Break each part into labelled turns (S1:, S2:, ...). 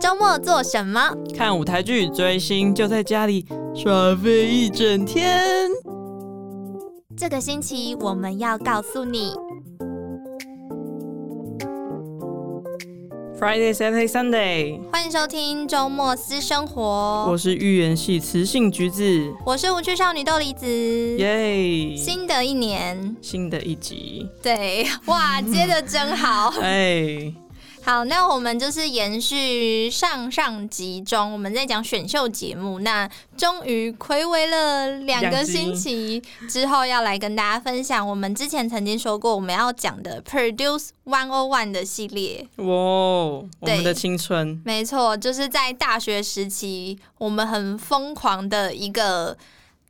S1: 周末做什么？
S2: 看舞台剧、追星，就在家里耍废一整天。
S1: 这个星期我们要告诉你，
S2: Friday、Saturday、Sunday，
S1: 欢迎收听周末私生活。
S2: 我
S1: 我
S2: 是预言系雌性橘子，
S1: 是无趣少女豆梨子。
S2: 耶！
S1: 嗯新的一年，
S2: 新的一集，
S1: 对，哇，接的真 好。
S2: 哎，
S1: 好，那我们就是延续上上集中，我们在讲选秀节目，那终于暌违了两个
S2: 两集
S1: 星期之后，要来跟大家分享我们之前曾经说过我们要讲的 Produce One O One 的系列。
S2: 哇，我
S1: 对
S2: 们的青春，
S1: 没错，就是在大学时期，我们很疯狂的一个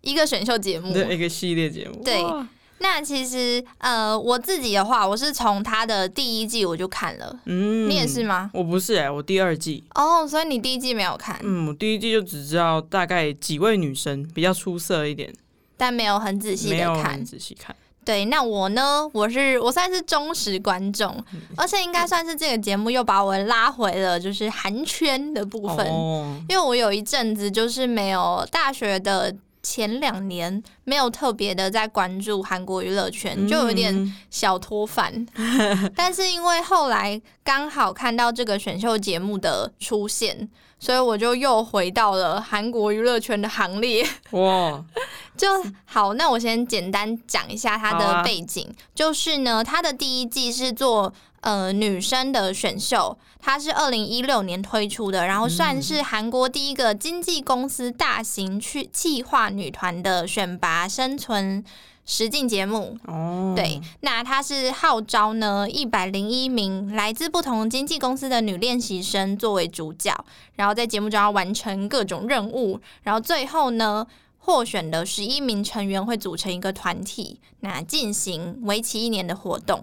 S1: 一个选秀节目。
S2: 的一个系列节目，
S1: 嗯对
S2: 哇
S1: 那其实，呃，我自己的话，我是从它的第一季我就看了，
S2: 嗯
S1: 你也是？吗？
S2: 我不是哎、我第二季，
S1: 哦、所以你第一季没有看，
S2: 嗯，我第一季就只知道大概几位女生比较出色一点，
S1: 但没有很仔细
S2: 没
S1: 的
S2: 有
S1: 看
S2: 很。仔细看。
S1: 对，那我呢，我是我算是忠实观众，
S2: 嗯
S1: 而且应该算是这个节目又把我拉回了就是韩圈的部分。
S2: 哦，
S1: 因为我有一阵子就是没有大学的前两年没有特别的在关注韩国娱乐圈，就有点
S2: 嗯
S1: 小脱fan。但是因为后来刚好看到这个选秀节目的出现，所以我就又回到了韩国娱乐圈的行列。
S2: 哇，
S1: 就好，那我先简单讲一下它
S2: 好
S1: 的
S2: 啊
S1: 背景，就是呢，它的第一季是做呃女生的选秀，它是二零一六年推出的，然后算
S2: 嗯
S1: 是韩国第一个经纪公司大型去企划女团的选拔生存实境节目。
S2: 哦，
S1: 对，那它是号召呢一百零一名来自不同经纪公司的女练习生作为主角，然后在节目中要完成各种任务，然后最后呢。获选的十一名成员会组成一个团体，那进行为期一年的活动。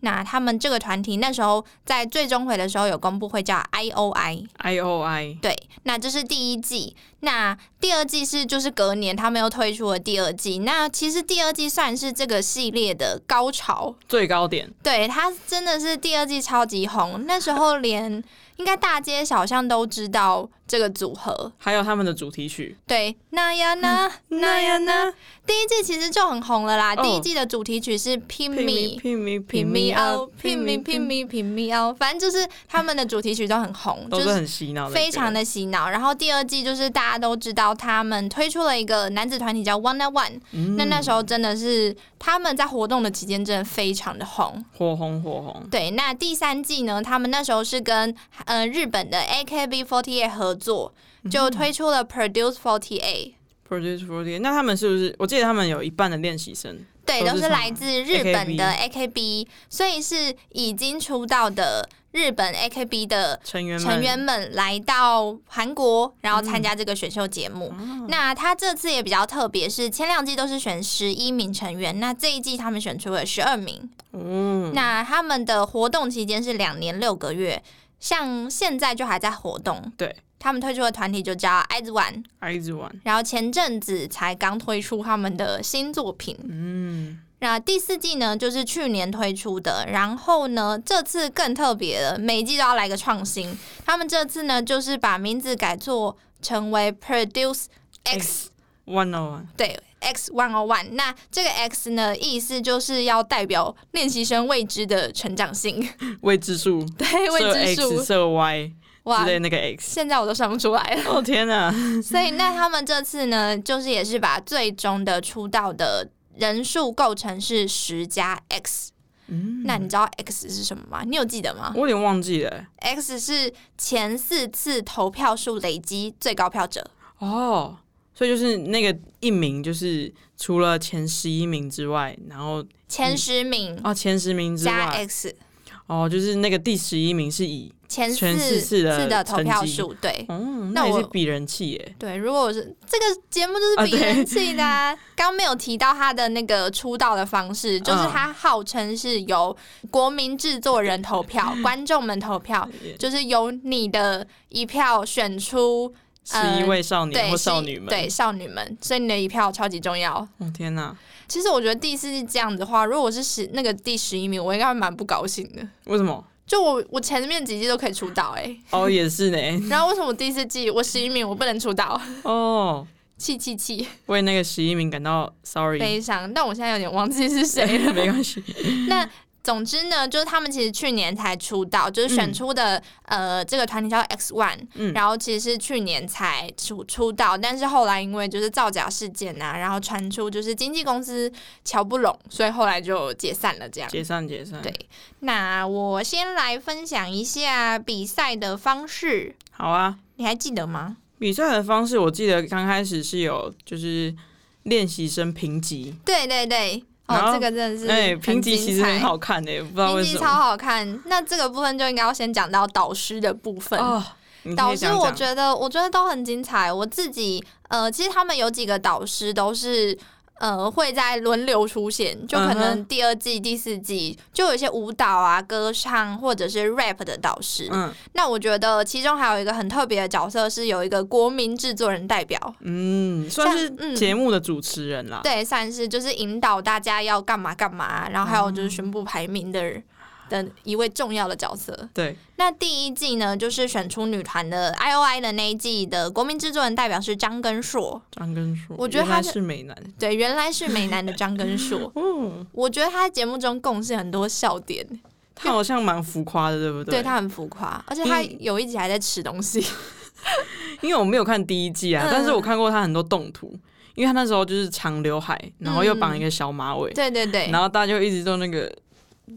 S1: 那他们这个团体那时候在最终回的时候有公布会叫 I O I，
S2: I O I，
S1: 对，那这是第一季，那第二季是就是隔年他们又推出了第二季。那其实第二季算是这个系列的高潮，
S2: 最高点，
S1: 对，它真的是第二季超级红，那时候连应该大街小巷都知道这个组合。
S2: 还有他们的主题曲。
S1: 对，那呀那嗯那呀那，第一季其实就很红了啦。
S2: 哦
S1: 第一季的主题曲是 Pin Me。
S2: 拼命
S1: Pin me out, pin me, pin me, pin me out，反正就是他们的主题曲都很红，
S2: 都
S1: 就是
S2: 很洗脑的一个，
S1: 非常的洗脑。然后第二季就是大家都知道，他们推出了一个男子团体叫 One on One，、
S2: 嗯
S1: 那那时候真的是他们在活动的期间真的非常的红。
S2: 火红火红，
S1: 对，那第三季呢，他们那时候是跟呃日本的 AKB48 合作，就推出了 Produce 48。
S2: Produce Forty。那他们是不是？我记得他们有一半的练习生，
S1: 对，
S2: 都是
S1: 都是
S2: 从
S1: 来自日本的 AKB，所以是已经出道的日本 AKB 的
S2: 成员们嗯
S1: 成员们来到韩国，然后参加这个选秀节目。
S2: 哦
S1: 那他这次也比较特别，是前两季都是选十一名成员，那这一季他们选出了十二名。
S2: 嗯，
S1: 那他们的活动期间是两年六个月，像现在就还在活动。
S2: 对，
S1: 他们推出的团体就叫 IZ ONE，
S2: i z One，
S1: 然后前阵子才刚推出他们的新作品。
S2: 嗯，
S1: 那第四季呢，就是去年推出的，然后呢，这次更特别了，每一季都要来个创新。他们这次呢，就是把名字改做成为 Produce X，
S2: One O oh One，
S1: 对。X One O One，那这个 X 呢，意思就是要代表练习生未知的成长性，
S2: 未知数，
S1: 对
S2: 设
S1: 未知
S2: X
S1: 数，
S2: 设 Y 之
S1: 哇
S2: 类，的那个 X。
S1: 现在我都想不出来了。
S2: 哦天哪，
S1: 所以那他们这次呢，就是也是把最终的出道的人数构成是十加 X。
S2: 嗯
S1: 那你知道 X 是什么吗？你有记得吗
S2: 我有点忘记了。欸
S1: ？X 是前四次投票数累积最高票者。
S2: 哦，所以就是那个一名，就是除了前十一名之外，然后
S1: 前十名
S2: 哦前十名之
S1: 加
S2: 外，
S1: X，
S2: 哦就是那个第十一名是以
S1: 前
S2: 前
S1: 四
S2: 四次的
S1: 次的投票
S2: 成绩
S1: 数，对
S2: 哦，
S1: 嗯那
S2: 那也
S1: 我
S2: 是比人气耶。
S1: 对。如果我是这个节目就是
S2: 啊
S1: 比
S2: 对
S1: 人气的、啊， 刚、没有提到他的那个出道的方式，就是
S2: 嗯
S1: 他号称是由国民制作人投 票、观众们投票，就是由你的一票选出
S2: 十一位少年
S1: 呃对
S2: 或少
S1: 是
S2: 女们，
S1: 对，少女们，所以你的一票超级重要。
S2: 哦天哪，
S1: 其实我觉得第四季这样的话，如果我是十那个第十一名，我应该会蛮不高兴的。
S2: 为什么？
S1: 就我我前面几季都可以出道哎、
S2: 哦，也是呢，
S1: 然后为什么我第四季我十一名我不能出道？
S2: 哦，
S1: 气气气，
S2: 为那个十一名感到 sorry，
S1: 悲伤。但我现在有点忘记是谁了。
S2: 没 关系，
S1: 那总之呢，就是他们其实去年才出道，就是选出的、呃这个团体叫 X One，、
S2: 嗯
S1: 然后其实是去年才出出道，但是后来因为就是造假事件啊，然后传出就是经纪公司瞧不拢，所以后来就解散了这样。
S2: 解散解散，
S1: 对那我先来分享一下比赛的方式，
S2: 好啊。
S1: 你还记得吗？
S2: 比赛的方式，我记得刚开始是有就是练习生评级，
S1: 对对对，
S2: 然后
S1: 哦，这个真的是
S2: 哎、
S1: 很
S2: 评级其
S1: 精
S2: 实
S1: 彩
S2: 很好看的、不知道
S1: 评
S2: 为
S1: 级
S2: 什
S1: 超
S2: 么。
S1: 好看。那这个部分就应该要先讲到导师的部分。
S2: 哦，你可以
S1: 导师
S2: 讲
S1: 我
S2: 讲
S1: 觉得我觉得都很精彩。我自己呃，其实他们有几个导师都是。呃，会在轮流出现，就可
S2: 嗯
S1: 能第二季、第四季就有一些舞蹈啊、歌唱或者是 rap 的导师。
S2: 嗯
S1: 那我觉得其中还有一个很特别的角色是有一个国民制作人代表，
S2: 嗯，算是
S1: 嗯
S2: 节目的主持人啦。
S1: 对，算是就是引导大家要干嘛干嘛，然后还有就是宣布排名的人的一位重要的角色。
S2: 对，
S1: 那第一季呢，就是选出女团的 I O I 的那一季的国民制作人代表是张根硕，
S2: 张根硕，
S1: 我觉得
S2: 原来
S1: 他是
S2: 是美男。。
S1: 对，原来是美男的张根硕
S2: 哦，
S1: 我觉得他在节目中贡献很多笑点，
S2: 他好像蛮浮夸的，对不
S1: 对嗯
S2: 对
S1: 他很浮夸，而且他有一集还在吃东西。
S2: 因为我没有看第一季啊，
S1: 嗯
S2: 但是我看过他很多动图，因为他那时候就是长刘海，然后又绑一个小马尾，
S1: 对对嗯对
S2: 然，后大家就一直用那个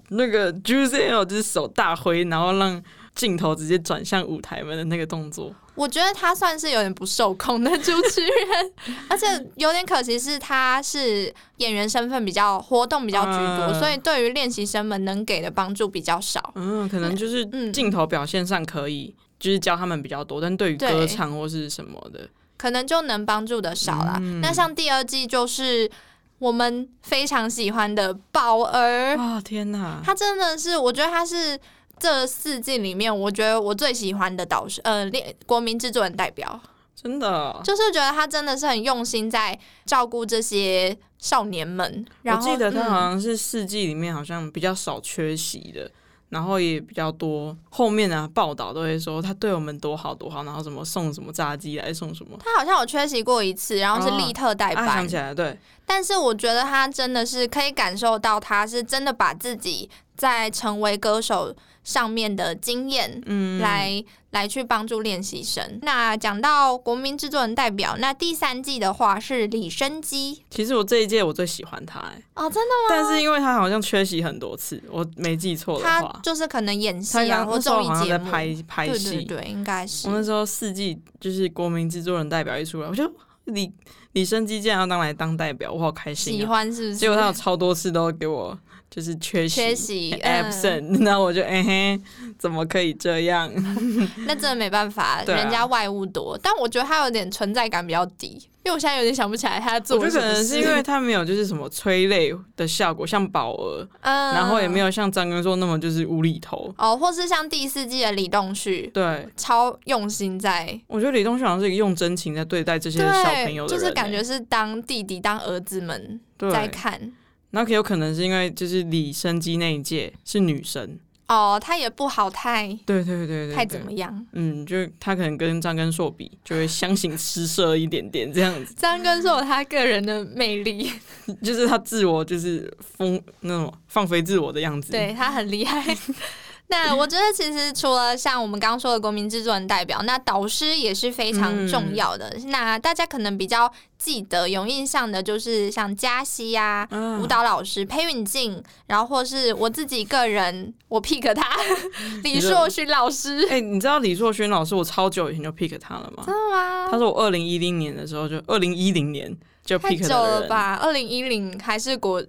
S2: 那个 Juicy L 就是手大挥，然后让镜头直接转向舞台们的那个动作。
S1: 我觉得他算是有点不受控的主持人，而且有点可惜是他是演员身份比较活动比较居多，
S2: 嗯
S1: 所以对于练习生们能给的帮助比较少。
S2: 嗯，可能就是
S1: 嗯
S2: 镜头表现上可以，就是教他们比较多，但对于
S1: 对
S2: 歌唱或是什么的，
S1: 可能就能帮助的少啦。那像第二季就是我们非常喜欢的宝儿，
S2: 啊、天哪！
S1: 他真的是，我觉得他是这四季里面，我觉得我最喜欢的导师，呃，练国民制作人代表，
S2: 真的，哦
S1: 就是觉得他真的是很用心在照顾这些少年们。
S2: 我
S1: 然后
S2: 记得他
S1: 嗯
S2: 好像是四季里面好像比较少缺席的，然后也比较多。后面啊报道都会说他对我们多好多好，然后什么送什么炸鸡来送什么，
S1: 他好像有缺席过一次，然后是
S2: 哦
S1: 利特代班
S2: 啊想起，来了，对，
S1: 但是我觉得他真的是可以感受到，他是真的把自己在成为歌手上面的经验。
S2: 嗯，
S1: 来来去帮助练习生。那讲到国民制作人代表，那第三季的话是李生基
S2: 其实我这一届我最喜欢他、欸，
S1: 哦，真的
S2: 但是因为他好像缺席很多次，我没记错的
S1: 他
S2: 话，
S1: 就是可能演
S2: 他
S1: 戏啊
S2: 刚
S1: 或
S2: 那时候
S1: 综
S2: 好
S1: 艺
S2: 像
S1: 节
S2: 在
S1: 目，
S2: 拍拍
S1: 对
S2: 戏
S1: 对，对，应该是
S2: 我那时候四季就是国民制作人代表一出来，我就李李生基竟然要当来当代表，我好开心、
S1: 喜
S2: 啊！
S1: 欢是不
S2: 结果
S1: 是？
S2: 他有超多次都给我就是缺席
S1: 缺席嗯
S2: absent，那、 我就哎、嘿，怎么可以 这样？
S1: 那真的没办法，
S2: 对啊
S1: 人家外物多，但我觉得他有点存在感比较低，因为我现在有点想不起来他
S2: 我
S1: 做
S2: 觉
S1: 了
S2: 得
S1: 什
S2: 可
S1: 么
S2: 能
S1: 事
S2: 是因为他没有就是什么催泪的效果，像宝儿，
S1: 嗯
S2: 然后也没
S1: 有
S2: 有像张根硕那么就是无厘头。
S1: 哦，或是像第四季的李栋旭，
S2: 对，
S1: 超用心在
S2: 我觉得李东旭好像是一个用真情在对待这些小朋友
S1: 对，就
S2: 的人、欸
S1: 是感觉是当弟弟当儿子们
S2: 对，
S1: 在看
S2: 然后有可能是因为就是李生基那一届是女生，
S1: 哦，他也不好太
S2: 对对对对对，
S1: 太怎么样。
S2: 嗯，就他可能跟张根硕比，就会相形失色一点点，这样子，
S1: 张根硕有他个人的魅力，
S2: 就是他自我就是疯那种放飞自我的样子。，
S1: 对他很厉害。 那我觉得其实除了像我们刚刚说的国民制作人代表，那导师也是非
S2: 嗯
S1: 常重要的。那大家可能比较记得、有印象的，就是像嘉熙呀、
S2: 嗯
S1: 舞蹈老师裴允静，然后或是我自己个人，我 pick 他 李
S2: 你就
S1: 硕勋老师，
S2: 哎、嗯你知道李硕轩老师，我超久以前就 pick 他了吗？
S1: 真的吗？
S2: 他是我二零一零年的时候就二零一零年就
S1: 太
S2: pick
S1: 久
S2: 的
S1: 了
S2: 人，
S1: 吧？二零一零还是国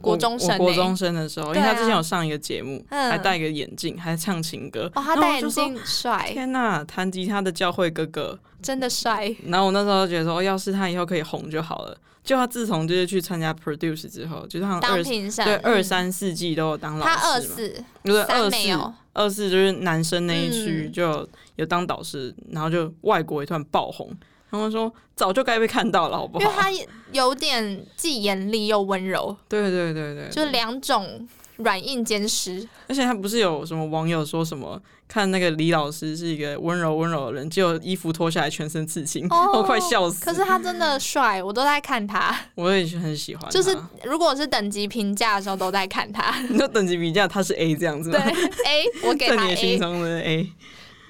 S1: 国中生、
S2: 我
S1: 欸，
S2: 国中生的时候，因为
S1: 对啊
S2: 他之前有上一个节目，
S1: 嗯
S2: 还戴一个眼镜，还唱情歌。
S1: 哦，他
S2: 然后
S1: 戴
S2: 我
S1: 眼
S2: 就说。
S1: 镜帅，
S2: 天呐、弹吉他的教会哥哥。
S1: 真的帅。
S2: 然后我那时候觉得说，哦要是他以后可以红就好了。就他自从就是去参加 Produce 之后，就是好像
S1: 当
S2: 二
S1: 评审
S2: 对二
S1: 嗯
S2: 三四季都有当老师嘛。
S1: 他二四
S2: 就是
S1: 三
S2: 二
S1: 没
S2: 四
S1: 有，
S2: 二四就是男生那一区
S1: 嗯
S2: 就有有当导师，然后就外国一段爆红。他们说早就该被看到了，好不
S1: 因
S2: 好？
S1: 为他有点既严厉又温柔，
S2: 对对对对，
S1: 就是两种软硬兼施。
S2: 而且他不是有什么网友说什么看那个李老师是一个温柔温柔的人，结果衣服脱下来全身刺青，
S1: 哦
S2: 我快笑死。
S1: 可是他真的帅，我都在看他。
S2: 我也是很喜欢他，啊
S1: 就是如果是等级评价的时候都在看他。
S2: 你说等级评价他是 A 这样子
S1: 对
S2: 吗？
S1: ，A 我给
S2: 在
S1: 他
S2: 你的心
S1: A。
S2: 中的 A。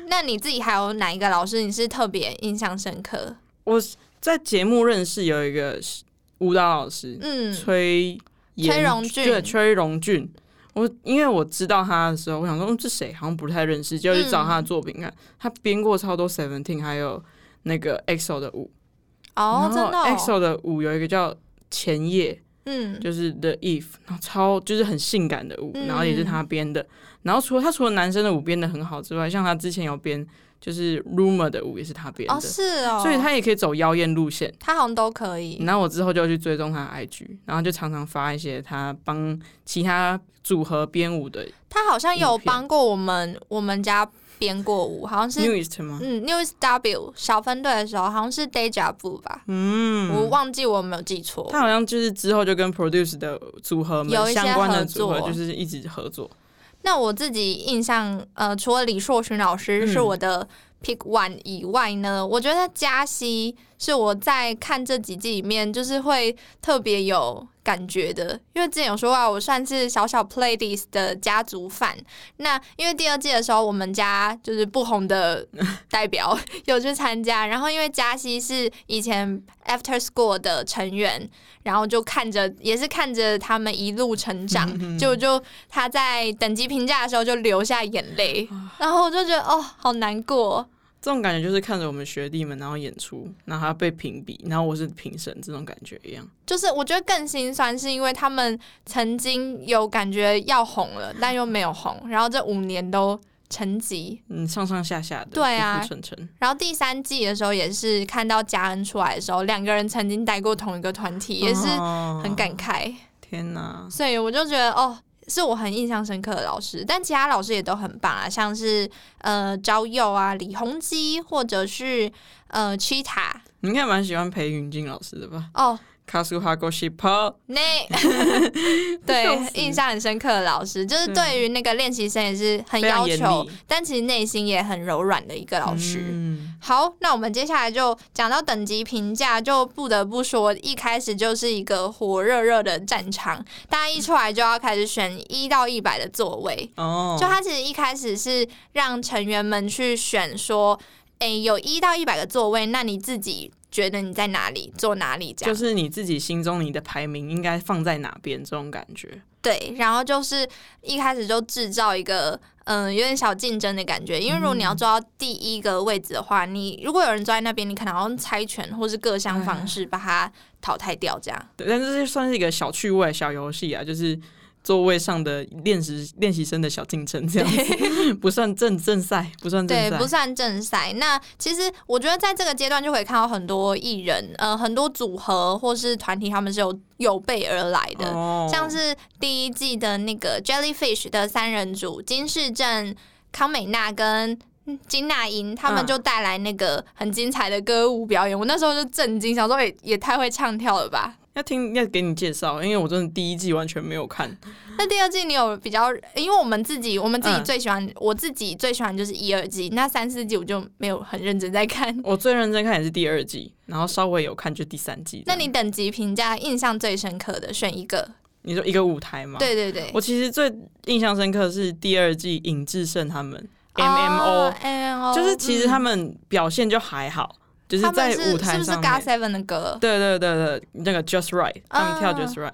S1: 那你自己还有哪一个老师你是特别印象深刻？
S2: 我在节目认识有一个舞蹈老师，
S1: 嗯，
S2: 崔妍
S1: 崔荣俊
S2: 对，崔荣俊。我因为我知道他的时候，我想说，嗯，这谁好像不太认识，就去找他的作品
S1: 嗯
S2: 看。他编过超多 Seventeen，还有那个 EXO 的舞。
S1: 哦，真的、
S2: 然后
S1: 哦，
S2: EXO 的舞有一个叫前夜，
S1: 嗯，
S2: 就是 The Eve，然后超就是很性感的舞，
S1: 嗯
S2: 然后也是他编的。然后除了他除了男生的舞编的很好之外，像他之前有编就是 Rumor 的舞也是他编的，
S1: 哦是哦，
S2: 所以他也可以走妖艳路线。
S1: 他好像都可以，
S2: 然后我之后就去追踪他的 IG，然后就常常发一些他帮其他组合编舞的
S1: 他好像有
S2: 影片
S1: 帮过我们我们家编过舞，好像是
S2: newest 吗？
S1: 嗯 News W 小分队的时候，好像是 Deja Vu 吧，
S2: 嗯，
S1: 我忘记我有没有记错。
S2: 他好像就是之后就跟 produce 的组合们
S1: 有一些
S2: 相关的组合
S1: 合作
S2: 就是一直合作。
S1: 那我自己印象，呃，除了李硕群老师
S2: 嗯
S1: 是我的 pick one 以外呢，我觉得嘉熙是我在看这几季里面，就是会特别有感觉的，因为之前有说啊，我算是小小 playlist 的家族范。那因为第二季的时候，我们家就是不红的代表有去参加，然后因为嘉熙是以前 After School 的成员，然后就看着也是看着他们一路成长，就就他在等级评价的时候就流下眼泪，然后我就觉得哦，好难过。
S2: 这种感觉就是看着我们学弟们，然后演出，然后他被评比，然后我是评审，这种感觉一样。
S1: 就是我觉得更心酸，是因为他们曾经有感觉要红了，但又没有红，然后这五年都沉寂。
S2: 嗯，上上下下的，
S1: 对啊
S2: 浮浮沉沉。
S1: 然后第三季的时候也是看到嘉恩出来的时候，两个人曾经待过同一个团
S2: 嗯
S1: 体，也是很
S2: 很
S1: 感慨。
S2: 哦天哪！
S1: 所以我就觉得哦，是我很印象深刻的老师，但其他老师也都很棒啊，像是呃招佑啊、李弘基，或者是呃 Chita
S2: 你应该蛮喜欢裴云静老师的吧？
S1: 哦，
S2: 卡苏哈狗西跑，
S1: 那
S2: 笑
S1: 对
S2: 死
S1: 印象很深刻的老师，就是
S2: 对
S1: 对于那个练习生也是很
S2: 非常
S1: 要
S2: 严
S1: 求
S2: 厉，
S1: 但其实内心也很柔软的一个老师。
S2: 嗯
S1: 好，那我们接下来就讲到等级评价，就不得不说，一开始就是一个火热热的战场，大家一出来就要开始选一到一百的座位。
S2: 哦，
S1: 就他其实一开始是让成员们去选说，诶、有一到一百个座位，那你自己觉得你在哪里坐哪里这样。
S2: 就是你自己心中你的排名应该放在哪边这种感觉。
S1: 对，然后就是一开始就制造一个嗯、有点小竞争的感觉，因为如果你要坐到第一个位置的话，你如果有人坐在那边，你可能要用猜拳或是各项方式把它淘汰掉，这样。
S2: 对，但是这算是一个小趣味、小游戏啊，就是座位上的练习练习生的小竞争这样子， 不算正正赛，不算正
S1: 对，
S2: 赛，
S1: 不算正赛。那其实我觉得在这个阶段就可以看到很多艺人，呃，很多组合或是团体，他们是有有备而来的。
S2: 哦
S1: 像是第一季的那个 Jellyfish 的三人组金世正、康美娜跟嗯金娜英，他们
S2: 嗯
S1: 就带来那个很精彩的歌舞表演。我那时候就震惊，想说也也太会唱跳了吧。
S2: 要听要给你介绍，因为我真的第一季完全没有看，
S1: 那第二季你有比较，因为我们自己我们自己
S2: 嗯
S1: 最喜欢，我自己最喜欢就是一二季，那三四季我就没有很认真在看。
S2: 我最认真看也是第二季，然后稍微有看就第三季这
S1: 那
S2: 样。
S1: 你等级评价印象最深刻的选一个，
S2: 你说一个舞台嘛？，
S1: 对对对
S2: 我其实最印象深刻的是第二季尹志胜他们
S1: 哦
S2: MMO，、
S1: M O，
S2: 就是其实他们表现就还好，就
S1: 嗯
S2: 是
S1: 他们
S2: 在
S1: 是
S2: 舞台
S1: 是不是
S2: 上
S1: g a
S2: 面
S1: Seven 的歌？
S2: 对对对对，那个 Just Right，他们跳
S1: 啊
S2: Just Right，、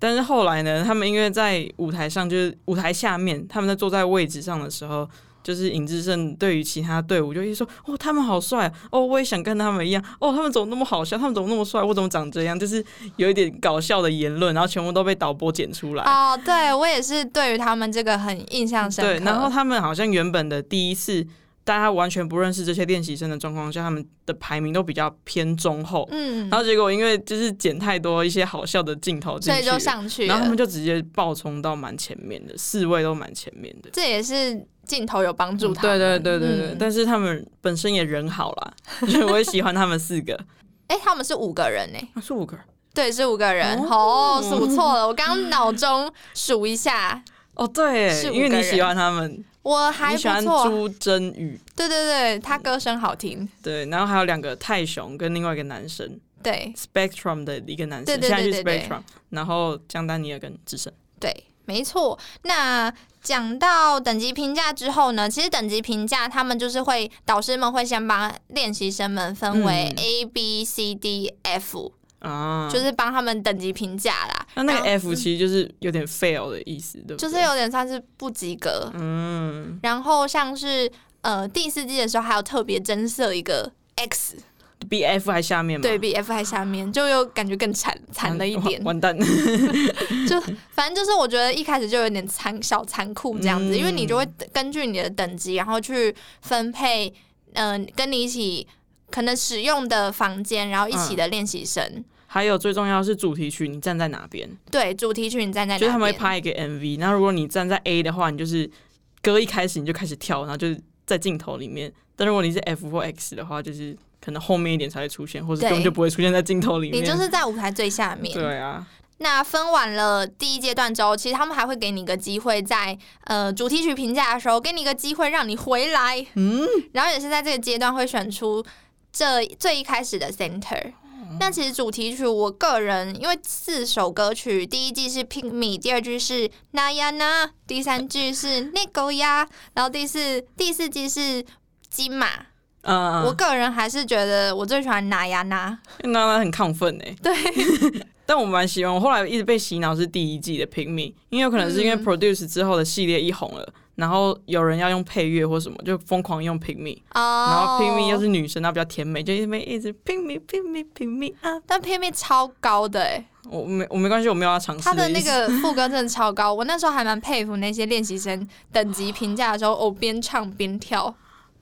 S2: 但是后来呢，他们因为在舞台上，就是舞台下面，他们在坐在位置上的时候，就是尹志胜对于其他队伍就一直说，哦，他们好帅，哦，我也想跟他们一样，哦，他们怎么那么好笑，他们怎么那么帅，我怎么长这样，就是有一点搞笑的言论，然后全部都被导播剪出来。
S1: 哦，对我也是对于他们这个很印象深刻。
S2: 对，然后他们好像原本的第一次，大家完全不认识这些练习生的状况下，他们的排名都比较偏中后。
S1: 嗯
S2: 然，后结果因为就是剪太多一些好笑的镜头进
S1: 所
S2: 去，
S1: 以就上去
S2: 然后他
S1: 了
S2: 们，就直接爆冲到蛮前面的，四位都蛮前面的。
S1: 这也是镜头有帮助他
S2: 嗯对
S1: 们。
S2: 对对对对，
S1: 嗯
S2: 但是他们本身也人好 啦，所以我也喜欢他们四个，
S1: 哎，他们是五个人呢，
S2: 啊是五个，
S1: 哦对，是五个人。哦，数错了，我刚刚脑中数一下，
S2: 哦，对
S1: 是，五
S2: 因为
S1: 个
S2: 你
S1: 人
S2: 喜欢他们，
S1: 我还
S2: 你
S1: 不
S2: 喜欢
S1: 错，
S2: 朱真宇，
S1: 对对对，他歌声好听，
S2: 对，然后还有两个泰雄跟另外一个男生
S1: 对
S2: Spectrum 的一个男
S1: 对
S2: 生，
S1: 对
S2: 现在去
S1: 对对对
S2: Spectrum，然后江丹尼尔跟智胜，
S1: 对，没错。那讲到等级评价之后呢，其实等级评价他们就是会导师们会先帮练习生们分为
S2: 嗯
S1: A、B、C、D、F，
S2: 啊，
S1: 就是帮他们等级评价啦。
S2: 那那
S1: 然
S2: 个
S1: 后
S2: F 其实就是有点 fail 的意思，对不对？
S1: 就是有点算是不及格。
S2: 嗯，
S1: 然后像是呃第四季的时候，还有特别增设一个 X，
S2: 比 F 还下面嘛，
S1: 对比 F 还下面，就又感觉更惨惨了一点
S2: 完。完蛋，
S1: 就反正就是我觉得一开始就有点残小残酷这样子，
S2: 嗯
S1: 因为你就会根据你的等级，然后去分配，嗯、跟你一起可能使用的房间，然后一
S2: 嗯
S1: 起的练习生。
S2: 还有最重要的是主题曲，你站在哪边？
S1: 对，主题曲你站在哪
S2: 就是他们会
S1: 边
S2: 拍一个 MV，那如果你站在 A 的话，你就是歌一开始你就开始跳，然后就是在镜头里面；但如果你是 F 或 X 的话，就是可能后面一点才会出现，或者
S1: 对
S2: 根本就不会出现在镜头里
S1: 你
S2: 面。
S1: 就是在舞台最下面。
S2: 对啊，
S1: 那分完了第一阶段之后，其实他们还会给你一个机会在，呃主题曲评价的时候，给你一个机会让你回来。
S2: 嗯，
S1: 然后也是在这个阶段会选出这最一开始的 center。那
S2: 嗯
S1: 其实主题曲，我个人因为四首歌曲，第一季是 Pick Me，第二句是那呀那，第三句是那狗呀，然后第四第四季是金马。
S2: 啊、
S1: 我个人还是觉得我最喜欢那呀那，
S2: 那他很亢奋哎、
S1: 对，
S2: 但我蛮喜欢，我后来一直被洗脑是第一季的平民，因为有可能是因为
S1: 嗯
S2: Produce 之后的系列一红了，然后有人要用配乐或什么，就疯狂用平民。
S1: 哦，
S2: 然后拼命又是女生，那比较甜美，就一直一直拼命拼命拼命啊！
S1: 但 Pick Me 超高的哎、
S2: 我没我没关系，我没有要尝试
S1: 他的那
S2: 意思
S1: 个副歌真的超高，我那时候还蛮佩服那些练习生等级评价的时候，哦，边唱边跳，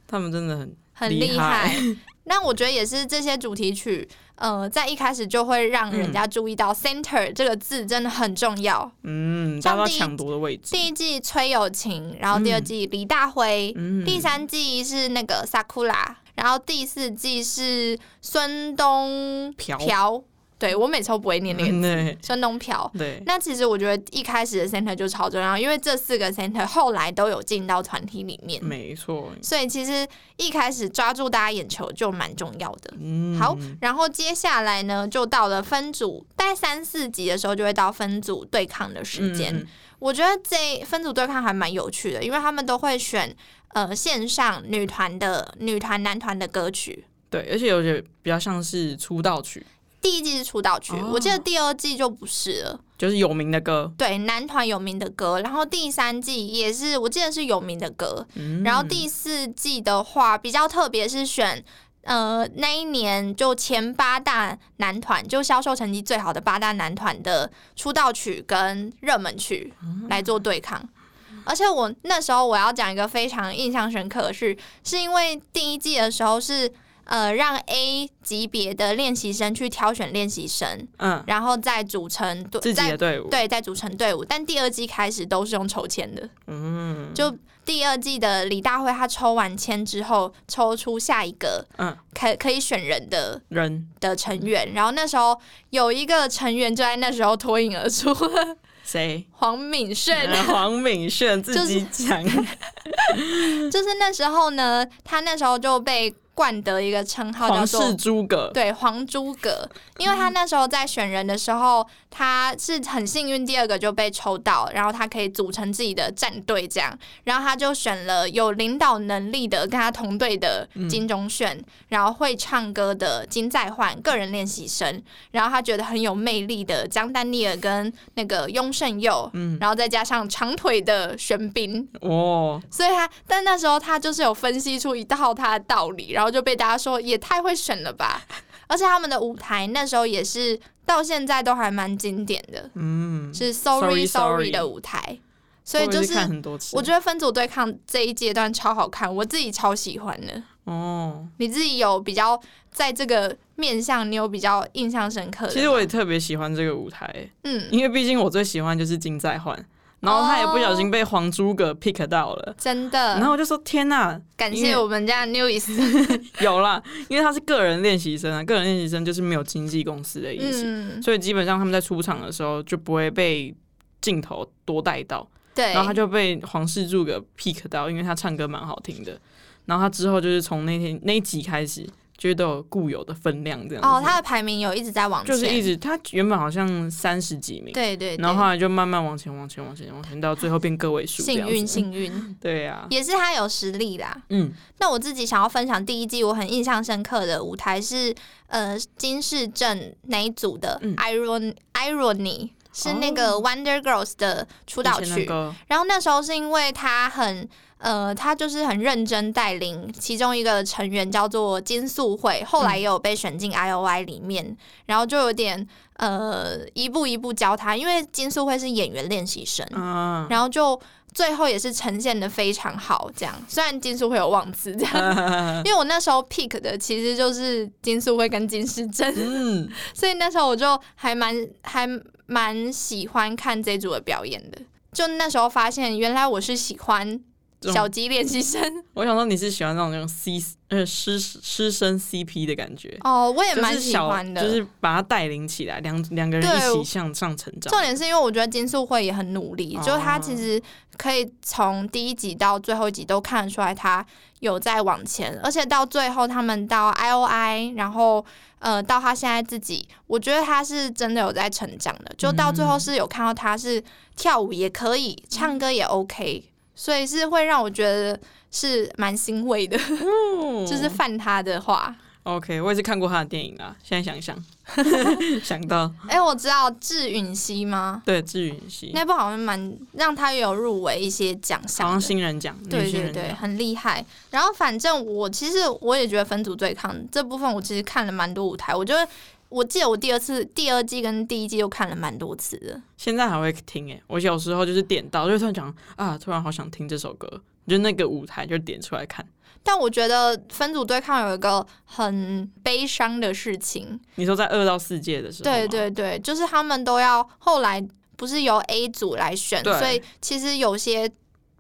S2: 他们真的很
S1: 很
S2: 厉
S1: 厉
S2: 害
S1: 害。那我觉得也是这些主题曲，呃，在一开始就会让人家注意到 “center” 这个字真的很重要。
S2: 嗯，大
S1: 像
S2: 家都要
S1: 第一
S2: 抢夺的位置。
S1: 第一季崔友琴，然后第二季李大辉，
S2: 嗯，
S1: 第三季是那个 Sakura，然后第四季是孙东
S2: 朴
S1: 朴，对我每次都不会念那个字
S2: 嗯对
S1: 孙东朴。
S2: 对，
S1: 那其实我觉得一开始的 center 就超重要，因为这四个 center 后来都有进到团体里面，
S2: 没错。
S1: 所以其实一开始抓住大家眼球就蛮重要的。
S2: 嗯，
S1: 好，然后接下来呢，就到了分组，大概三四集的时候就会到分组对抗的时间。
S2: 嗯
S1: 我觉得这分组对抗还蛮有趣的，因为他们都会选呃线上女团的女团、男团的歌曲。
S2: 对，而且有些比较像是出道曲，
S1: 第一季是出道曲，
S2: 哦
S1: 我记得第二季就不是了。
S2: 就是有名的歌。
S1: 对，男团有名的歌，然后第三季也是我记得是有名的歌，
S2: 嗯，
S1: 然后第四季的话比较特别是选。呃，那一年就前八大男团，就销售成绩最好的八大男团的出道曲跟热门曲
S2: 嗯
S1: 来做对抗。而且我那时候我要讲一个非常印象深刻的事，是因为第一季的时候是呃让 A 级别的练习生去挑选练习生，
S2: 嗯，
S1: 然后再组成队
S2: 自己
S1: 再
S2: 的队伍。
S1: 对，再组成队伍。但第二季开始都是用抽签的，
S2: 嗯，
S1: 就第二季的李大辉他抽完签之后，抽出下一个
S2: 嗯
S1: 可可以选人的
S2: 人
S1: 的成员。然后那时候有一个成员就在那时候脱颖而出，
S2: 谁？
S1: 黄敏炫。
S2: 呃黄敏炫自己 讲。
S1: 就是那时候呢，他那时候就被冠得一个称号叫
S2: 皇
S1: 做
S2: 室诸葛。
S1: 对黄诸葛，因为他那时候在选人的时候，他是很幸运，第二个就被抽到，然后他可以组成自己的战队这样，然后他就选了有领导能力的跟他同队的金钟铉，然后会唱歌的金在焕个人练习生，然后他觉得很有魅力的江丹妮尔跟那个雍胜佑，
S2: 嗯
S1: 然后再加上长腿的玄彬，
S2: 哦，
S1: 所以他，但那时候他就是有分析出一套他的道理，然后就被大家说也太会选了吧。 而且他们的舞台那时候也是到现在都还蛮经典的，
S2: 嗯，
S1: 是 Sorry
S2: Sorry, Sorry
S1: Sorry 的舞台。所以
S2: 我也
S1: 就是
S2: 看
S1: 是
S2: 很多次。
S1: 我觉得分组对抗这一阶段超好看，我自己超喜欢的。
S2: 哦，
S1: 你自己有比较在这个面向，你有比较印象深刻的？
S2: 其实我也特别喜欢这个舞台，
S1: 嗯，
S2: 因为毕竟我最喜欢就是金在焕，然后他也不小
S1: 哦
S2: 心被黄诸葛 pick 到了。
S1: 真
S2: 然后
S1: 的
S2: 我就说天呐、
S1: 感
S2: 因
S1: 谢
S2: 为
S1: 我们家 Newies，
S2: 有啦！因为他是个人练习生啊，个人练习生就是没有经纪公司的意思，
S1: 嗯，
S2: 所以基本上他们在出场的时候就不会被镜头多带到。
S1: 对，
S2: 然后他就被黄世柱给 pick 到，因为他唱歌蛮好听的。然后他之后就是从那天那一集开始，就是都有固有的分量这样子。
S1: 哦，他的排名有一直在往前，
S2: 就是一直他原本好像三十几名，
S1: 对对对，
S2: 然后后来就慢慢往前往前往前往前，到最后变个位数这样
S1: 幸
S2: 子。
S1: 运幸 运，
S2: 对呀、
S1: 也是他有实力啦。
S2: 嗯，
S1: 那我自己想要分享第一季我很印象深刻的舞台是呃金世正那一组的
S2: 嗯哦
S1: Iron Irony。是那个 Wonder Girls 的出道
S2: 以前
S1: 曲，
S2: 那个
S1: 然后那时候是因为他很呃，他就是很认真带领其中一个成员叫做金素慧，后
S2: 嗯
S1: 来也有被选进 I O I 里面，然后就有点呃一步一步教他，因为金素慧是演员练习生，
S2: 啊，
S1: 然后就最后也是呈现的非常好，这样虽然金素慧有忘词这样。 因为我那时候 pick 的其实就是金素慧跟金世正，
S2: 嗯，
S1: 所以那时候我就还蛮还蛮喜欢看这组的表演的。就那时候发现，原来我是喜欢
S2: 这种
S1: 小鸡练习 生
S2: 我想说你是喜欢那种那种 C 呃师师生 CP 的感觉，
S1: 哦，我也
S2: 就
S1: 蛮
S2: 是
S1: 喜
S2: 小
S1: 欢的。
S2: 就是把它带领起来，两两个人
S1: 对
S2: 一起向上成长。
S1: 重点是因为我觉得金素慧也很努力，
S2: 哦
S1: 就是她其实可以从第一集到最后一集都看得出来她有在往前，而且到最后他们到 I O I，然后呃到她现在自己，我觉得她是真的有在成长的，就到最后是有看到她是跳舞也可以，唱歌也 OK，所以是会让我觉得是蛮欣慰的，
S2: 哦
S1: 就是犯她的话。
S2: OK，我也是看过他的电影啊。现在想一 想，想到
S1: 哎、我知道智允熙吗？
S2: 对志允熙，
S1: 那部好像蛮让她有入围一些奖
S2: 好
S1: 项
S2: 像
S1: 的。
S2: 新人奖，
S1: 对
S2: 女新
S1: 对
S2: 人
S1: 对，
S2: 奖。
S1: 很厉害。然后反正我其实我也觉得分组对抗这部分，我其实看了蛮多舞台。我觉得我记得我第二次、第二季跟第一季都看了蛮多次的。
S2: 现在还会听诶、我有时候就是点到，就会突然讲啊，突然好想听这首歌，就那个舞台就点出来看。
S1: 但我觉得分组对抗有一个很悲伤的事情，
S2: 你说在二到四届的时候吗，
S1: 对对对，就是他们都要后来不是由 A 组来选，
S2: 对
S1: 所以其实有些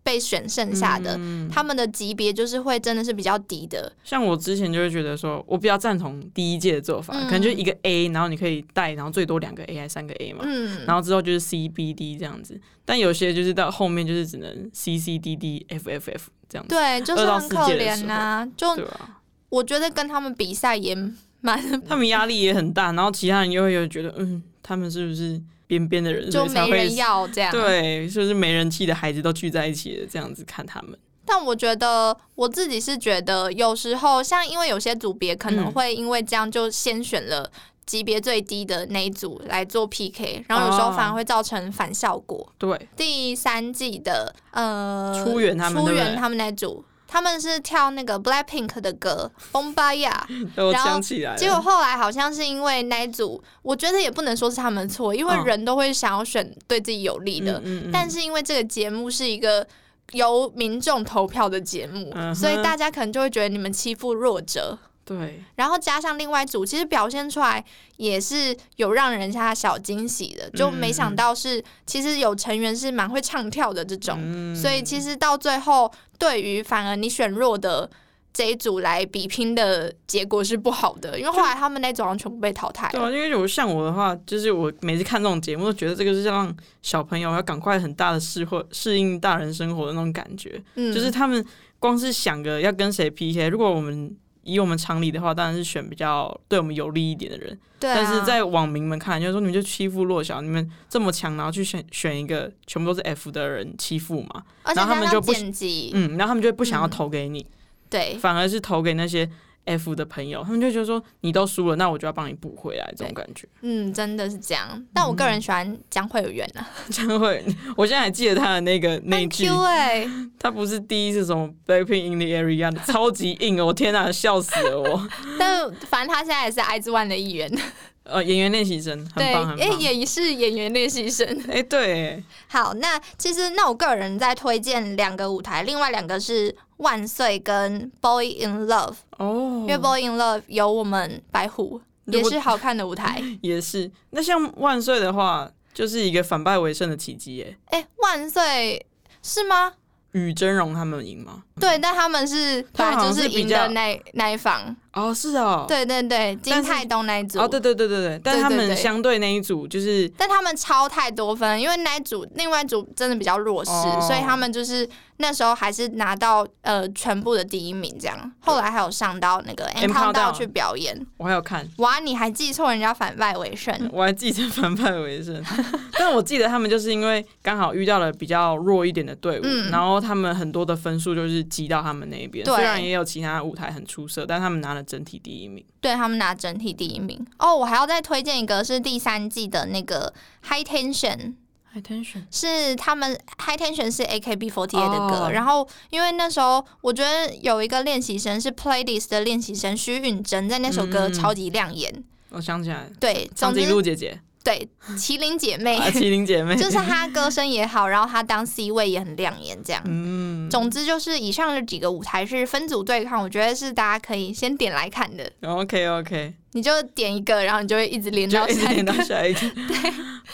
S1: 被选剩下的，
S2: 嗯
S1: 他们的级别就是会真的是比较低的，
S2: 像我之前就会觉得说，我比较赞同第一届的做法，
S1: 嗯
S2: 可能就一个 A，然后你可以带，然后最多两个 A 还三个 A 嘛，
S1: 嗯，
S2: 然后之后就是 C B D 这样子。但有些就是到后面就是只能 C C D D F F F 这样子，
S1: 对，哦就是
S2: 二到
S1: 很
S2: 四
S1: 可
S2: 届的
S1: 怜
S2: 时候
S1: 呐、就
S2: 对啊，
S1: 我觉得跟他们比赛也蛮
S2: 他们压力也很大，然后其他人又会有觉得，嗯，他们是不是边边的人，所
S1: 就
S2: 以才
S1: 没
S2: 会
S1: 人要啊这样。，
S2: 对，是不是没人气的孩子都聚在一起了，这样子看他们，
S1: 但我觉得我自己是觉得，有时候像因为有些组别可能
S2: 嗯
S1: 会因为这样就先选了。级别最低的那一组来做 PK，然后有时候
S2: 哦
S1: 反而会造成反效果。
S2: 对，
S1: 第三季的呃，
S2: 出援他们
S1: 出
S2: 对不
S1: 援
S2: 对
S1: 他们那组，他们是跳那个 Blackpink 的歌《崩巴呀》，
S2: 都
S1: 然后
S2: 想起来
S1: 结果
S2: 了。
S1: 后来好像是因为那一组，我觉得也不能说是他们的错，因为
S2: 嗯
S1: 人都会想要选对自己有利的，
S2: 嗯
S1: 但是因为这个节目是一个由民众投票的节目，
S2: 嗯哼
S1: 所以大家可能就会觉得你们欺负弱者。
S2: 对，
S1: 然后加上另外一组，其实表现出来也是有让人家小惊喜的，
S2: 嗯
S1: 就没想到是其实有成员是蛮会唱跳的这种，
S2: 嗯
S1: 所以其实到最后，对于反而你选弱的这一组来比拼的结果是不好的，因为后来他们那组好像全部被淘汰
S2: 对啊，
S1: 了。
S2: 因为我像我的话，就是我每次看这种节目，都觉得这个是让小朋友要赶快很大的适或适应大人生活的那种感觉。
S1: 嗯，
S2: 就是他们光是想个要跟谁 PK，如果我们以我们常理的话，当然是选比较对我们有利一点的人。
S1: 对、啊，
S2: 但是在网民们看来，就是说你们就欺负弱小，你们这么强，然后去选选一个全部都是 F 的人欺负嘛，
S1: 而且
S2: 然后他们
S1: 加上
S2: 就不
S1: 剪辑，
S2: 嗯，然后他们就会不想要
S1: 嗯
S2: 投给你，
S1: 对，
S2: 反而是投给那些 F 的朋友，他们就觉得说你都输了，那我就要帮你补回来，这种感觉。
S1: 嗯，真的是这样。但
S2: 嗯
S1: 我个人喜欢江惠媛啊，
S2: 这样会，我现在还记得他的那 个那一
S1: 很
S2: 句，
S1: Q 哎、
S2: 他不是第一是什么 Blackpink in the area，超级硬哦，我天哪，笑死了我。
S1: 但反正他现在也是 I 之 o 的一员，
S2: 呃，演员练习生很
S1: 对，
S2: 棒很
S1: 哎、
S2: 棒。
S1: 也是演员练习生。
S2: 哎、对，
S1: 好，那其实那我个人在推荐两个舞台，另外两个是万岁跟 Boy in Love，、
S2: 哦
S1: 因，为 Boy in Love 有我们白虎，
S2: 如
S1: 也
S2: 果
S1: 是好看的舞台。
S2: 也是。那像万岁的话，就是一个反败为胜的奇迹，哎，
S1: 哎、万岁是吗？
S2: 与真容他们赢吗？
S1: 对，但他们是
S2: 嗯他
S1: 本来
S2: 们好
S1: 就
S2: 像是比
S1: 赢
S2: 较
S1: 的那那一方，
S2: 哦，是哦，，
S1: 对对对，金
S2: 但是
S1: 泰东那一组。
S2: 哦，对对对对对，但
S1: 对
S2: 他
S1: 对
S2: 们
S1: 对
S2: 相对那一组就是
S1: 但他们超太多分，因为那一组另外一组真的比较弱势，
S2: 哦
S1: 所以他们就是那时候还是拿到呃全部的第一名这样。后来还有上到那个
S2: M
S1: M Countdown
S2: Countdown
S1: 去表演。
S2: 我还有看，
S1: 哇，你还记错人家反败为胜，
S2: 我还记得反败为胜，但我记得他们就是因为刚好遇到了比较弱一点的队伍，
S1: 嗯
S2: 然后他们很多的分数就是积到他们那边。
S1: 对
S2: 虽然也有其他舞台很出色，但他们拿了整体第一名。
S1: 对他们拿整体第一名。哦，我还要再推荐一个是第三季的那个 High Tension。
S2: Attention，
S1: 是他们 High Tension 是 AKB48 的歌
S2: 哦
S1: 然后因为那时候我觉得有一个练习生是 Playlist 的练习生徐允珍，在那首歌
S2: 嗯
S1: 超级亮眼。
S2: 我想起来了，
S1: 对，总
S2: 长颈
S1: 之
S2: 鹿姐姐、
S1: 对麒麟姐妹，
S2: 啊麒麟姐妹，
S1: 就是她歌声也好，然后她当 C 位也很亮眼，这样。
S2: 嗯，
S1: 总之就是以上这几个舞台是分组对抗，我觉得是大家可以先点来看的。
S2: OK OK，
S1: 你就点一个，然后你就会一直连到
S2: 就一直
S1: 下一
S2: 连到
S1: 个。
S2: 下一个。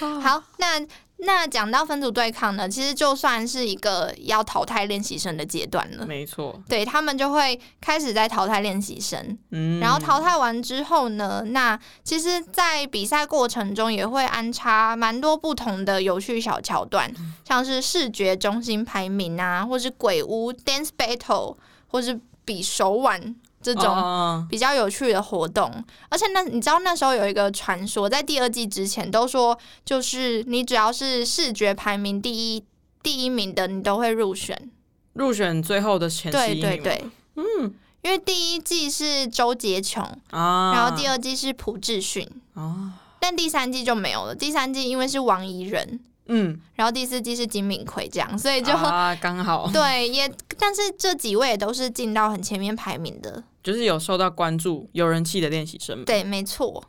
S1: 好，那那讲到分组对抗呢，其实就算是一个要淘汰练习生的阶段了。
S2: 没错，
S1: 对他们就会开始在淘汰练习生，
S2: 嗯，
S1: 然后淘汰完之后呢，那其实，在比赛过程中也会安插蛮多不同的有趣小桥段，
S2: 嗯
S1: 像是视觉中心排名啊，或是鬼屋 dance battle，或是比手腕这
S2: 这
S1: 种
S2: 哦
S1: 比较有趣的活动。而且那你知道那时候有一个传说，在第二季之前都说，就是你只要是视觉排名第一第一名的，你都会入选。
S2: 入选最后的前十
S1: 对
S2: 一名
S1: 对
S2: 嘛
S1: 对，嗯。因为第一季是周杰琼，
S2: 啊，
S1: 然后第二季是朴智勋，
S2: 哦，
S1: 但第三季就没有了。第三季因为是王怡人，
S2: 嗯，
S1: 然后第四季是金敏奎这样，所以就、
S2: 啊刚好
S1: 对也，但是这几位也都是进到很前面排名的。
S2: 就是有受到关注、有人气的练习生嘛。
S1: 对，没错。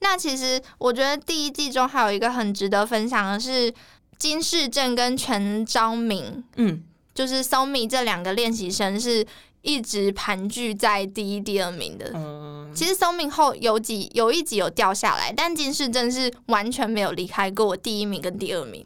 S1: 那其实我觉得第一季中还有一个很值得分享的是金世正跟陈昭明，
S2: 嗯，
S1: 就是 Somi 这两个练习生是一直盘踞在第一、第二名的。
S2: 嗯，
S1: 其实松明后有几有一集有掉下来，但金世正是完全没有离开过第一名跟第二名，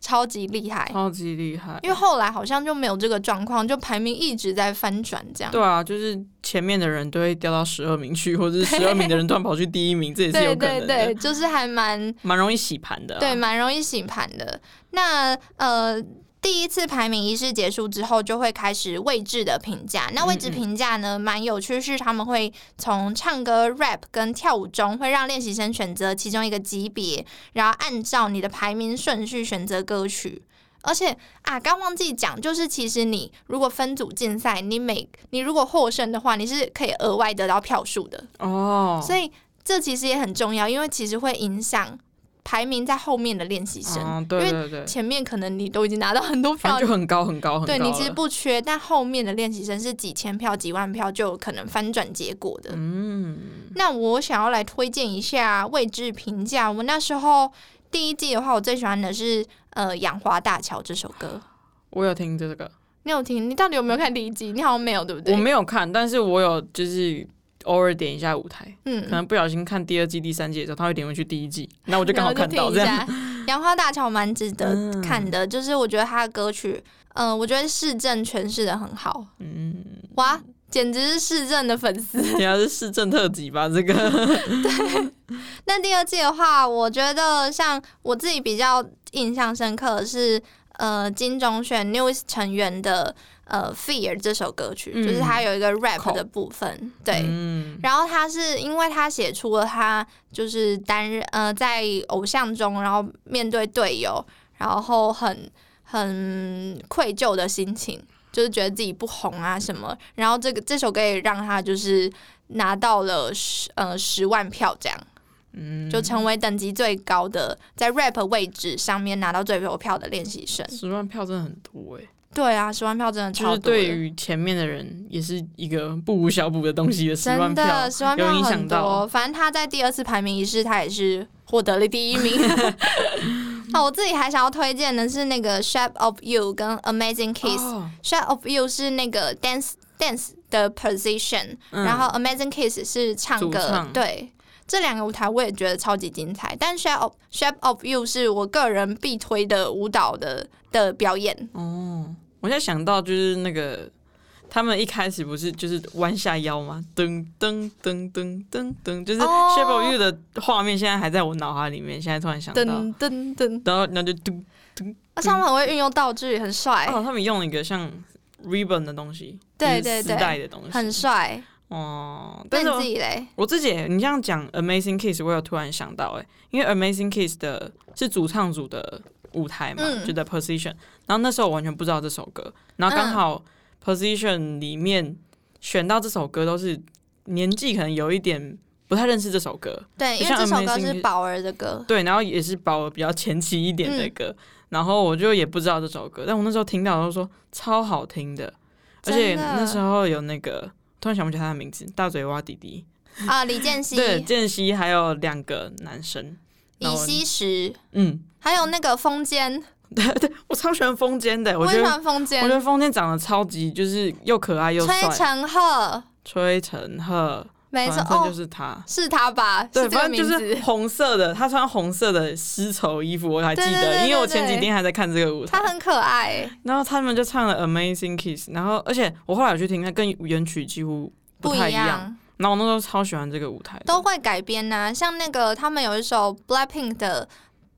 S1: 超级厉害。
S2: 超级厉害
S1: 因。为后来好像就没有这个状况，就排名一直在翻转这样。
S2: 对啊，就是前面的人都会掉到十二名去，或者是十二名的人突然跑去第一名，这也是有
S1: 对
S2: 可
S1: 对
S2: 能的，
S1: 对，就是还蛮
S2: 蛮容易洗盘的、啊。
S1: 对，蛮容易洗盘的。那呃，第一次排名仪式结束之后，就会开始位置的评价。那位置
S2: 嗯嗯
S1: 评价呢，蛮有趣，是他们会从唱歌、rap 跟跳舞中，会让练习生选择其中一个级别，然后按照你的排名顺序选择歌曲。而且啊，刚忘记讲，就是其实你如果分组竞赛，你每你如果获胜的话，你是可以额外得到票数的。
S2: 哦，
S1: 所以这其实也很重要，因为其实会影响排名在后面的练习生，
S2: 嗯，对
S1: 因
S2: 对对，
S1: 前面可能你都已经拿到很多
S2: 反
S1: 票
S2: 正就，很高很高很高
S1: 对
S2: 了。
S1: 你其实不缺，但后面的练习生是几千票、几万票就有可能翻转结果的。
S2: 嗯，
S1: 那我想要来推荐一下位置评价，我那时候第一季的话，我最喜欢的是呃《养花大桥》这首歌。
S2: 我有听这个，
S1: 你有听？你到底有没有看第一季？你好像没有，对不对
S2: 我？没有看，但是我有就是偶尔点一下舞台，可
S1: 嗯，
S2: 能不小心看第二季、第三季的时候，他会点回去第一季，那我就
S1: 然
S2: 刚好
S1: 后就
S2: 看
S1: 听
S2: 到
S1: 一
S2: 这样。
S1: 下《杨花大桥》蛮值得
S2: 嗯
S1: 看的，就是我觉得他的歌曲，嗯、我觉得市政诠释的很好，
S2: 嗯，
S1: 哇，简直是市政的粉丝。
S2: 你要是市政特辑吧，这个
S1: 那第二季的话，我觉得像我自己比较印象深刻的是，呃，金钟选 News 成员的呃《Fear》这首歌曲，
S2: 嗯
S1: 就是它有一个 rap
S2: 口
S1: 的部分， 对。
S2: 嗯，
S1: 然后他是因为他写出了他就是担任呃在偶像中，然后面对队友，然后很很愧疚的心情，就是觉得自己不红啊什么。然后这个这首歌也让他就是拿到了十呃十万票这样。
S2: 嗯
S1: 就成为等级最高的，在 rap 位置上面拿到最多票的练习生。
S2: 十万票真的很多哎、
S1: 对啊，十万票真的
S2: 就
S1: 超
S2: 是
S1: 多
S2: 对
S1: 的，
S2: 于前面的人也是一个不无小补的东西的十万
S1: 真
S2: 票
S1: 的，十万票
S2: 有影
S1: 很
S2: 响
S1: 多。
S2: 到
S1: 反正他在第二次排名仪式，他也是获得了第一 名。啊，我自己还想要推荐的是那个《Shape of You》跟《Amazing Kiss》。
S2: 哦
S1: Shape of You》是那个 dance dance 的 position，、
S2: 嗯
S1: 然后《Amazing Kiss》是唱
S2: 主
S1: 歌，
S2: 唱
S1: 对。这两个舞台我也觉得超级精彩，但 Shape of Shape of You 是我个人必推的舞蹈的的表演，
S2: 哦，我现在想到就是那个，他们一开始不是就是弯下腰吗？噔噔噔噔噔噔，就是《
S1: 哦
S2: Shape of You》的画面，现在还在我脑海里面。现在突然想到，
S1: 噔噔噔，啊
S2: 然后然后就嘟，
S1: 而且他们很会运用道具，很帅，
S2: 哦，他们用一个像 ribbon 的东西，
S1: 哎对
S2: 就是
S1: 对
S2: 丝
S1: 对
S2: 带的东西，
S1: 很帅。
S2: 哦。
S1: 那
S2: 但
S1: 你
S2: 是我
S1: 自己嘞？
S2: 我自己也，你这样讲《Amazing Kiss》，我有突然想到、欸，因为《Amazing Kiss》的是主唱组的舞台嘛，
S1: 嗯
S2: 就的 Position，然后那时候我完全不知道这首歌，然后刚
S1: 嗯
S2: 好 Position 里面选到这首歌都是年纪可能有一点不太认识这首歌，
S1: 对，
S2: 就
S1: 因为这
S2: 像
S1: 首歌
S2: Amazing
S1: 是宝儿的 歌，
S2: 对，然后也是把我比较前期一点的歌，
S1: 嗯
S2: 然后我就也不知道这首歌，但我那时候听到都说超好听的，而且
S1: 真的
S2: 那时候有那个突然想不起来他的名字，大嘴蛙弟弟。
S1: 啊，李健熙、
S2: 对，间隙还有两个男生，然
S1: 以
S2: 后
S1: 西石，
S2: 嗯，
S1: 还有那个风间，
S2: 我超喜欢风间的，我
S1: 我
S2: 觉
S1: 也喜
S2: 得
S1: 欢风
S2: 我觉
S1: 间，
S2: 得风间长得超级就是又可爱又
S1: 崔
S2: 帅，
S1: 成赫，
S2: 崔成赫，
S1: 没错，
S2: 反正
S1: 哦
S2: 就，是他。
S1: 是他吧？
S2: 对，
S1: 是这个
S2: 反正
S1: 名
S2: 就
S1: 字
S2: 是。红色的，他穿红色的丝绸衣服，我还记
S1: 对对对
S2: 得，
S1: 对
S2: 因为我前几天还在看这个舞台
S1: 他，很可爱，
S2: 然后他们就唱了《Amazing Kiss》，然后而且我后来有去听，它跟原曲几乎不
S1: 不
S2: 太
S1: 一
S2: 一样。
S1: 样，
S2: 然后我那时候超喜欢这个舞台的，
S1: 都会改编呐、像那个他们有一首 Blackpink 的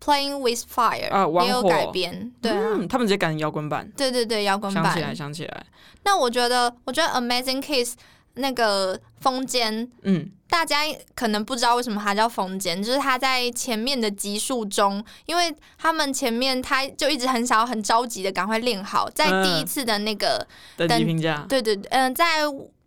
S1: 《Playing with Fire
S2: 啊》玩
S1: 也有
S2: 火
S1: 改编，对啊，
S2: 嗯，他们直接改成摇滚版，
S1: 对对对，摇滚
S2: 想起来
S1: 版。
S2: 想起来，
S1: 那我觉得，我觉得 Amazing Kiss 那个风间。
S2: 嗯，
S1: 大家可能不知道为什么它叫风间，就是它在前面的集数中，因为他们前面他就一直很想要很着急的赶快练好，在第一
S2: 嗯
S1: 次的那个，
S2: 等
S1: 等
S2: 级评价，
S1: 对对，对嗯、在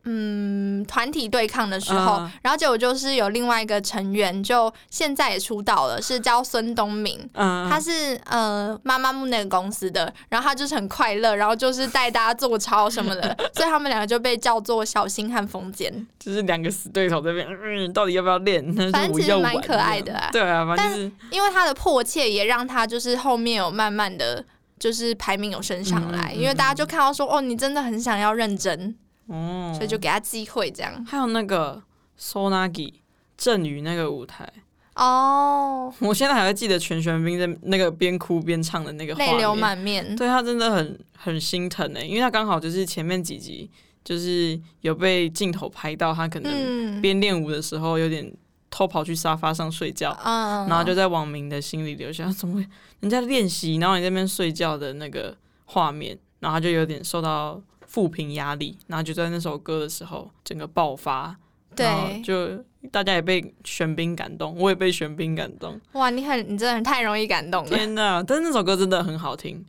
S1: 嗯团体对抗的时候，
S2: 嗯
S1: 然后结果就是有另外一个成员，就现在也出道了，是叫孙东明。
S2: 嗯，
S1: 他是呃妈妈木那个公司的，然后他就是很快乐，然后就是带大家做操什么 的，所以他们两个就被叫做小星和风间。
S2: 就是两个死对头这边，嗯，到底要不要练？ 但
S1: 反
S2: 是
S1: 正
S2: 我
S1: 其实
S2: 要
S1: 蛮
S2: 玩
S1: 可爱的啊
S2: 对啊，反正就是
S1: 因为他的迫切，也让他就是后面有慢慢的就是排名有升上来，
S2: 嗯嗯嗯
S1: 因为大家就看到说哦，你真的很想要认真，
S2: 哦，
S1: 所以就给他机会这样。
S2: 还有那个 Sonagi 振宇那个舞台，
S1: 哦，
S2: 我现在还会记得全玄彬在那个边哭边唱的那个画
S1: 泪
S2: 面
S1: 流满面。
S2: 对他真的很很心疼呢，因为他刚好就是前面几集就是有被镜头拍到，他可能
S1: 嗯
S2: 边练舞的时候有点偷跑去沙发上睡觉，
S1: 嗯
S2: 然后就在网民的心里留下，怎么会人家练习，然后你在那边睡觉的那个画面，然后他就有点受到负评压力，然后就在那首歌的时候整个爆发，然后
S1: 对，
S2: 就大家也被玄彬感动，我也被玄彬感动，
S1: 哇，你很，你真的太容易感动了。
S2: 天哪！但是那首歌真的很好听，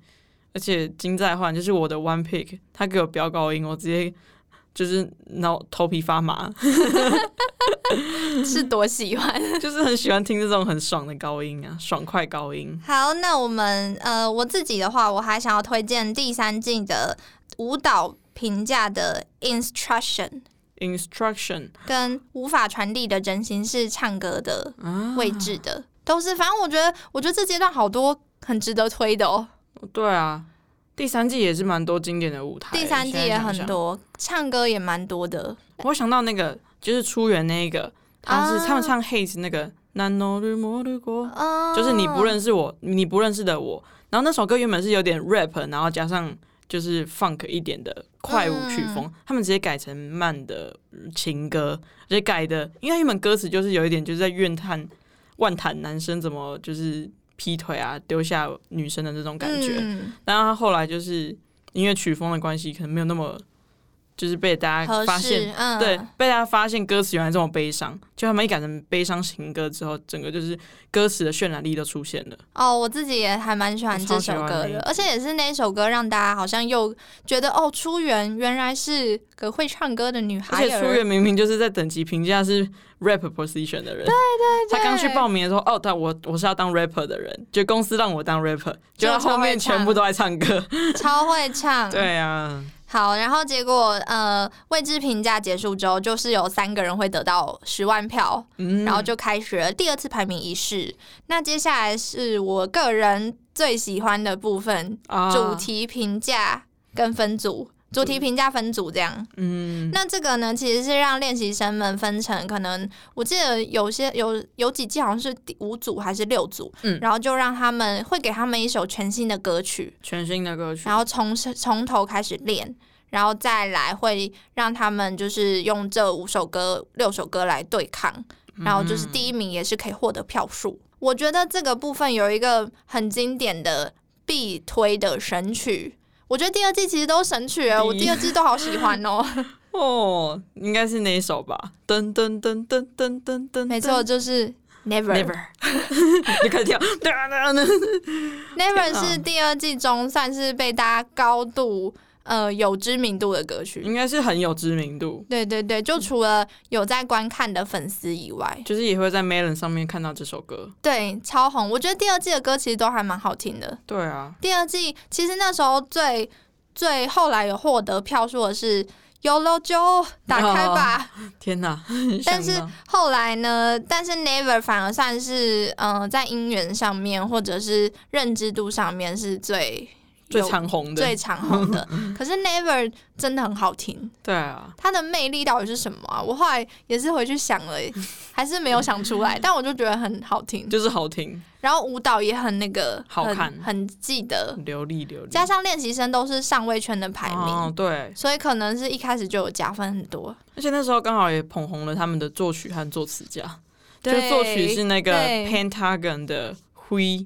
S2: 而且金在焕就是我的 One Pick，他给我飙高音，我直接就是脑头皮发麻，
S1: 是多喜欢。
S2: 就是很喜欢听这种很爽的高音啊，爽快高音。
S1: 好，那我们呃，我自己的话，我还想要推荐第三季的舞蹈评价的 Instruction，
S2: Instruction
S1: 跟无法传递的真心是唱歌的
S2: 啊，
S1: 位置的，都是。反正我觉得，我觉得这阶段好多很值得推的哦。
S2: 对啊，第三季也是蛮多经典的舞台，
S1: 第三季
S2: 现在
S1: 也
S2: 想
S1: 很
S2: 想。
S1: 多，唱歌也蛮多的。
S2: 我想到那个就是初原那一个，他是、
S1: 啊
S2: 他们唱 Haze 那个《南诺绿摩绿国》，
S1: 嗯，
S2: 就是你不认识我，你不认识的我。然后那首歌原本是有点 rap，然后加上就是 funk 一点的快舞曲风，
S1: 嗯
S2: 他们直接改成慢的情歌，直接改的，因为他原本歌词就是有一点就是在怨叹、万叹男生怎么就是劈腿啊，丢下女生的这种感觉。
S1: 嗯
S2: 但他后来就是因为曲风的关系，可能没有那么就是被大家
S1: 合
S2: 发现
S1: 适，，嗯，
S2: 对，被大家发现歌词原来这么悲伤，就他们一改成悲伤情歌之后，整个就是歌词的渲染力都出现了。
S1: 哦，我自己也还蛮喜欢这首
S2: 我超
S1: 歌
S2: 喜欢那一
S1: 的
S2: 集，
S1: 而且也是那一首歌让大家好像又觉得哦，初原原来是个会唱歌的女
S2: 而
S1: 孩
S2: 且
S1: 儿。
S2: 苏月明明就是在等级评价是 rap position 的人，对对
S1: 对
S2: 他刚去报名的时候，哦，他我我是要当 rapper 的人，就公司让我当 rapper，结果后面全部都在唱歌。
S1: 嗯超会唱。
S2: 对啊，
S1: 好，然后结果呃，位置评价结束之后，就是有三个人会得到十万票，
S2: 嗯，
S1: 然后就开始了第二次排名仪式。那接下来是我个人最喜欢的部分，
S2: 啊
S1: 主题评价跟分组。主题评价分组这样。
S2: 嗯，
S1: 那这个呢，其实是让练习生们分成，可能我记得有些有有几季好像是第五组还是六组，
S2: 嗯
S1: 然后就让他们会给他们一首全新的歌曲，
S2: 全新的歌曲
S1: 然后从从头开始练，然后再来会让他们就是用这五首歌六首歌来对抗，
S2: 嗯
S1: 然后就是第一名也是可以获得票数。我觉得这个部分有一个很经典的必推的神曲。我觉得第二季其实都是神曲欸，我
S2: 第一
S1: 第二季都好喜欢 哦。
S2: 哦，应该是那一首吧？噔噔噔噔噔噔噔，
S1: 没错，就是 Never
S2: ，Never，你开始跳，噔噔噔，
S1: Never
S2: 天啊
S1: 是第二季中算是被大家高度呃有知名度的歌曲。
S2: 应该是很有知名度，
S1: 对对对，就除了有在观看的粉丝以外，
S2: 就是也会在 Melon 上面看到这首歌。
S1: 对超红。我觉得第二季的歌其实都还蛮好听的。
S2: 对啊，
S1: 第二季其实那时候最最后来有获得票数的是。有喽，就打开吧。
S2: 天哪！
S1: 但是
S2: 想到
S1: 后来呢？但是 Never 反而算是嗯、呃在音源上面或者是认知度上面是最
S2: 最
S1: 有
S2: 长红的
S1: 最，长红 的。可是 Never 真的很好听，
S2: 对啊，
S1: 它的魅力到底是什么啊？我后来也是回去想了，还是没有想出 来，但我就觉得很好听。
S2: 就是好听，
S1: 然后舞蹈也很那个，
S2: 好
S1: 很
S2: 看
S1: 很记得。
S2: 流利流利。
S1: 加上练习生都是上位圈的排名，
S2: 哦，对，
S1: 所以可能是一开始就有加分很多。
S2: 而且那时候刚好也捧红了他们的作曲和作词家，就
S1: 对
S2: 作曲是那个
S1: 对
S2: Pentagon 的灰，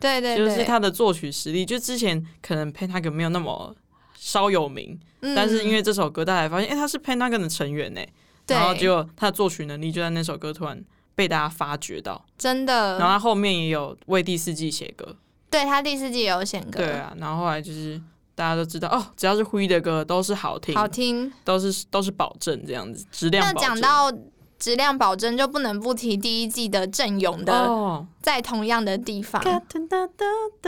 S1: 对对
S2: 就
S1: 对，
S2: 是他的作曲实力，就之前可能 Pentagon 没有那么稍有名，
S1: 嗯
S2: 但是因为这首歌，大家也发现，哎、他是 Pentagon 的成员呢，
S1: 对
S2: 然后结果他的作曲能力就在那首歌突然被大家发掘到，
S1: 真
S2: 然后
S1: 的，
S2: 他后面也有为第四季写歌，
S1: 对他第四季也有选歌，
S2: 对啊，然后后来就是大家都知道，哦，只要是灰的歌都是好听，
S1: 好听。
S2: 都是都是保证这样子，质量
S1: 那
S2: 保证。
S1: 讲到质量保证，就不能不提第一季的郑勇的
S2: 哦，
S1: 在同样的地方，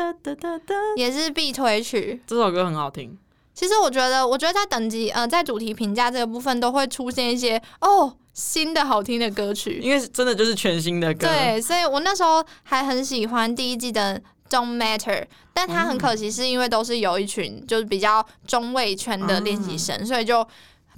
S1: 也是必推曲。
S2: 这首歌很好听，
S1: 其实我觉得，我觉得在等级呃，在主题评价这个部分都会出现一些哦新的好听的歌曲。
S2: 因为真的就是全新的歌，
S1: 对，所以我那时候还很喜欢第一季的。Don't matter，但它很可惜是因为都是有一群就是比较中位圈的练习
S2: 嗯
S1: 生，所以就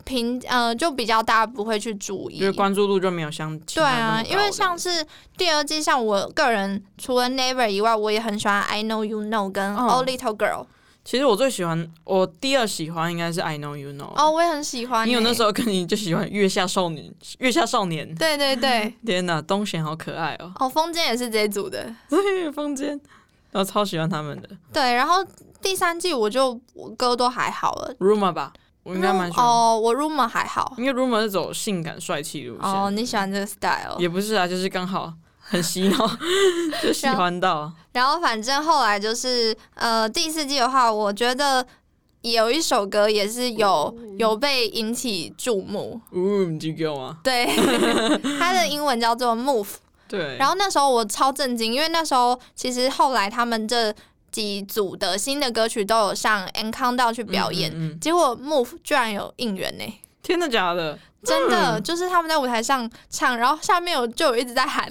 S1: 平呃就比较大家不会去注意，
S2: 就是关注度就没有像其
S1: 对
S2: 他
S1: 啊，
S2: 那么高
S1: 因为
S2: 这
S1: 像
S2: 样
S1: 是第二季，像我个人除了 Never 以外，我也很喜欢 I Know You Know 跟
S2: 嗯
S1: Oh Little Girl。
S2: 其实我最喜欢，我第二喜欢应该是 I Know You Know。
S1: 哦，我也很喜欢欸、
S2: 你有那时候跟你就喜欢月下少女，月下少年。
S1: 对对对，
S2: 天哪，东贤好可爱哦，
S1: 哦，风间也是这一组的。
S2: 对，风间，我超喜欢他们的
S1: 对，然后第三季我就我歌都还好了。
S2: Rumor 吧，我应该蛮喜欢，
S1: 哦，我 Rumor 还好。
S2: 因为 Rumor 是走性感帅气路线，
S1: 哦，你喜欢这个 style。
S2: 也不是啊，就是刚好很洗脑， 就喜欢到
S1: 然后反正后来就是呃第四季的话，我觉得有一首歌也是有有被引起注 目。
S2: 呜，嗯你啊记得吗？
S1: 对，它的英文叫做 Move。
S2: 对，嗯
S1: 然后那时候我超震惊，因为那时候其实后来他们这几组的新的歌曲都有上 N c o u n t d 去表演，
S2: 嗯嗯嗯
S1: 结果 Move 居然有应援呢、
S2: 天的假的？
S1: 真的、
S2: 嗯
S1: 就是他们在舞台上唱，然后下面有就有一直在喊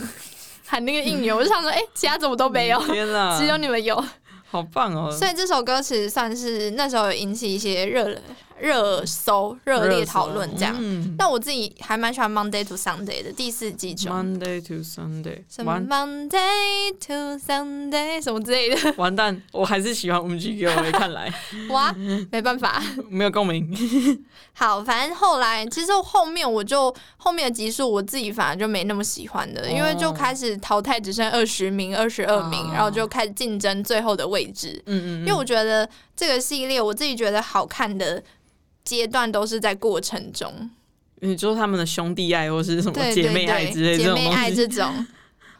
S1: 喊那个应援，我就想说，哎、其他怎么都没有，
S2: 嗯天 哪，
S1: 只有你们有，
S2: 好棒哦！
S1: 所以这首歌其实算是那时候有引起一些热热搜、热烈讨论这样。
S2: 嗯
S1: 那我自己还蛮喜欢 Monday to Sunday 的第四季中。
S2: Monday to Sunday，
S1: 什么
S2: 完
S1: Monday to Sunday 什么之类的，
S2: 完蛋，我还是喜欢 MG 给我没看来
S1: 哇，没办法。
S2: 没有共
S1: 嗯
S2: 鸣。
S1: 好，反正后来其实后面我就后面的集数我自己反而就没那么喜欢的，
S2: 哦
S1: 因为就开始淘汰只剩二十名、二十二名，
S2: 哦
S1: 然后就开始竞争最后的位置。
S2: 嗯
S1: 因为我觉得这个系列我自己觉得好看的阶段都是在过程中，
S2: 你说他们的兄弟爱或是什么
S1: 对
S2: 嗯姐
S1: 对
S2: 妹爱
S1: 对，
S2: 之类这
S1: 姐
S2: 种
S1: 妹爱
S2: 东西，
S1: 这种。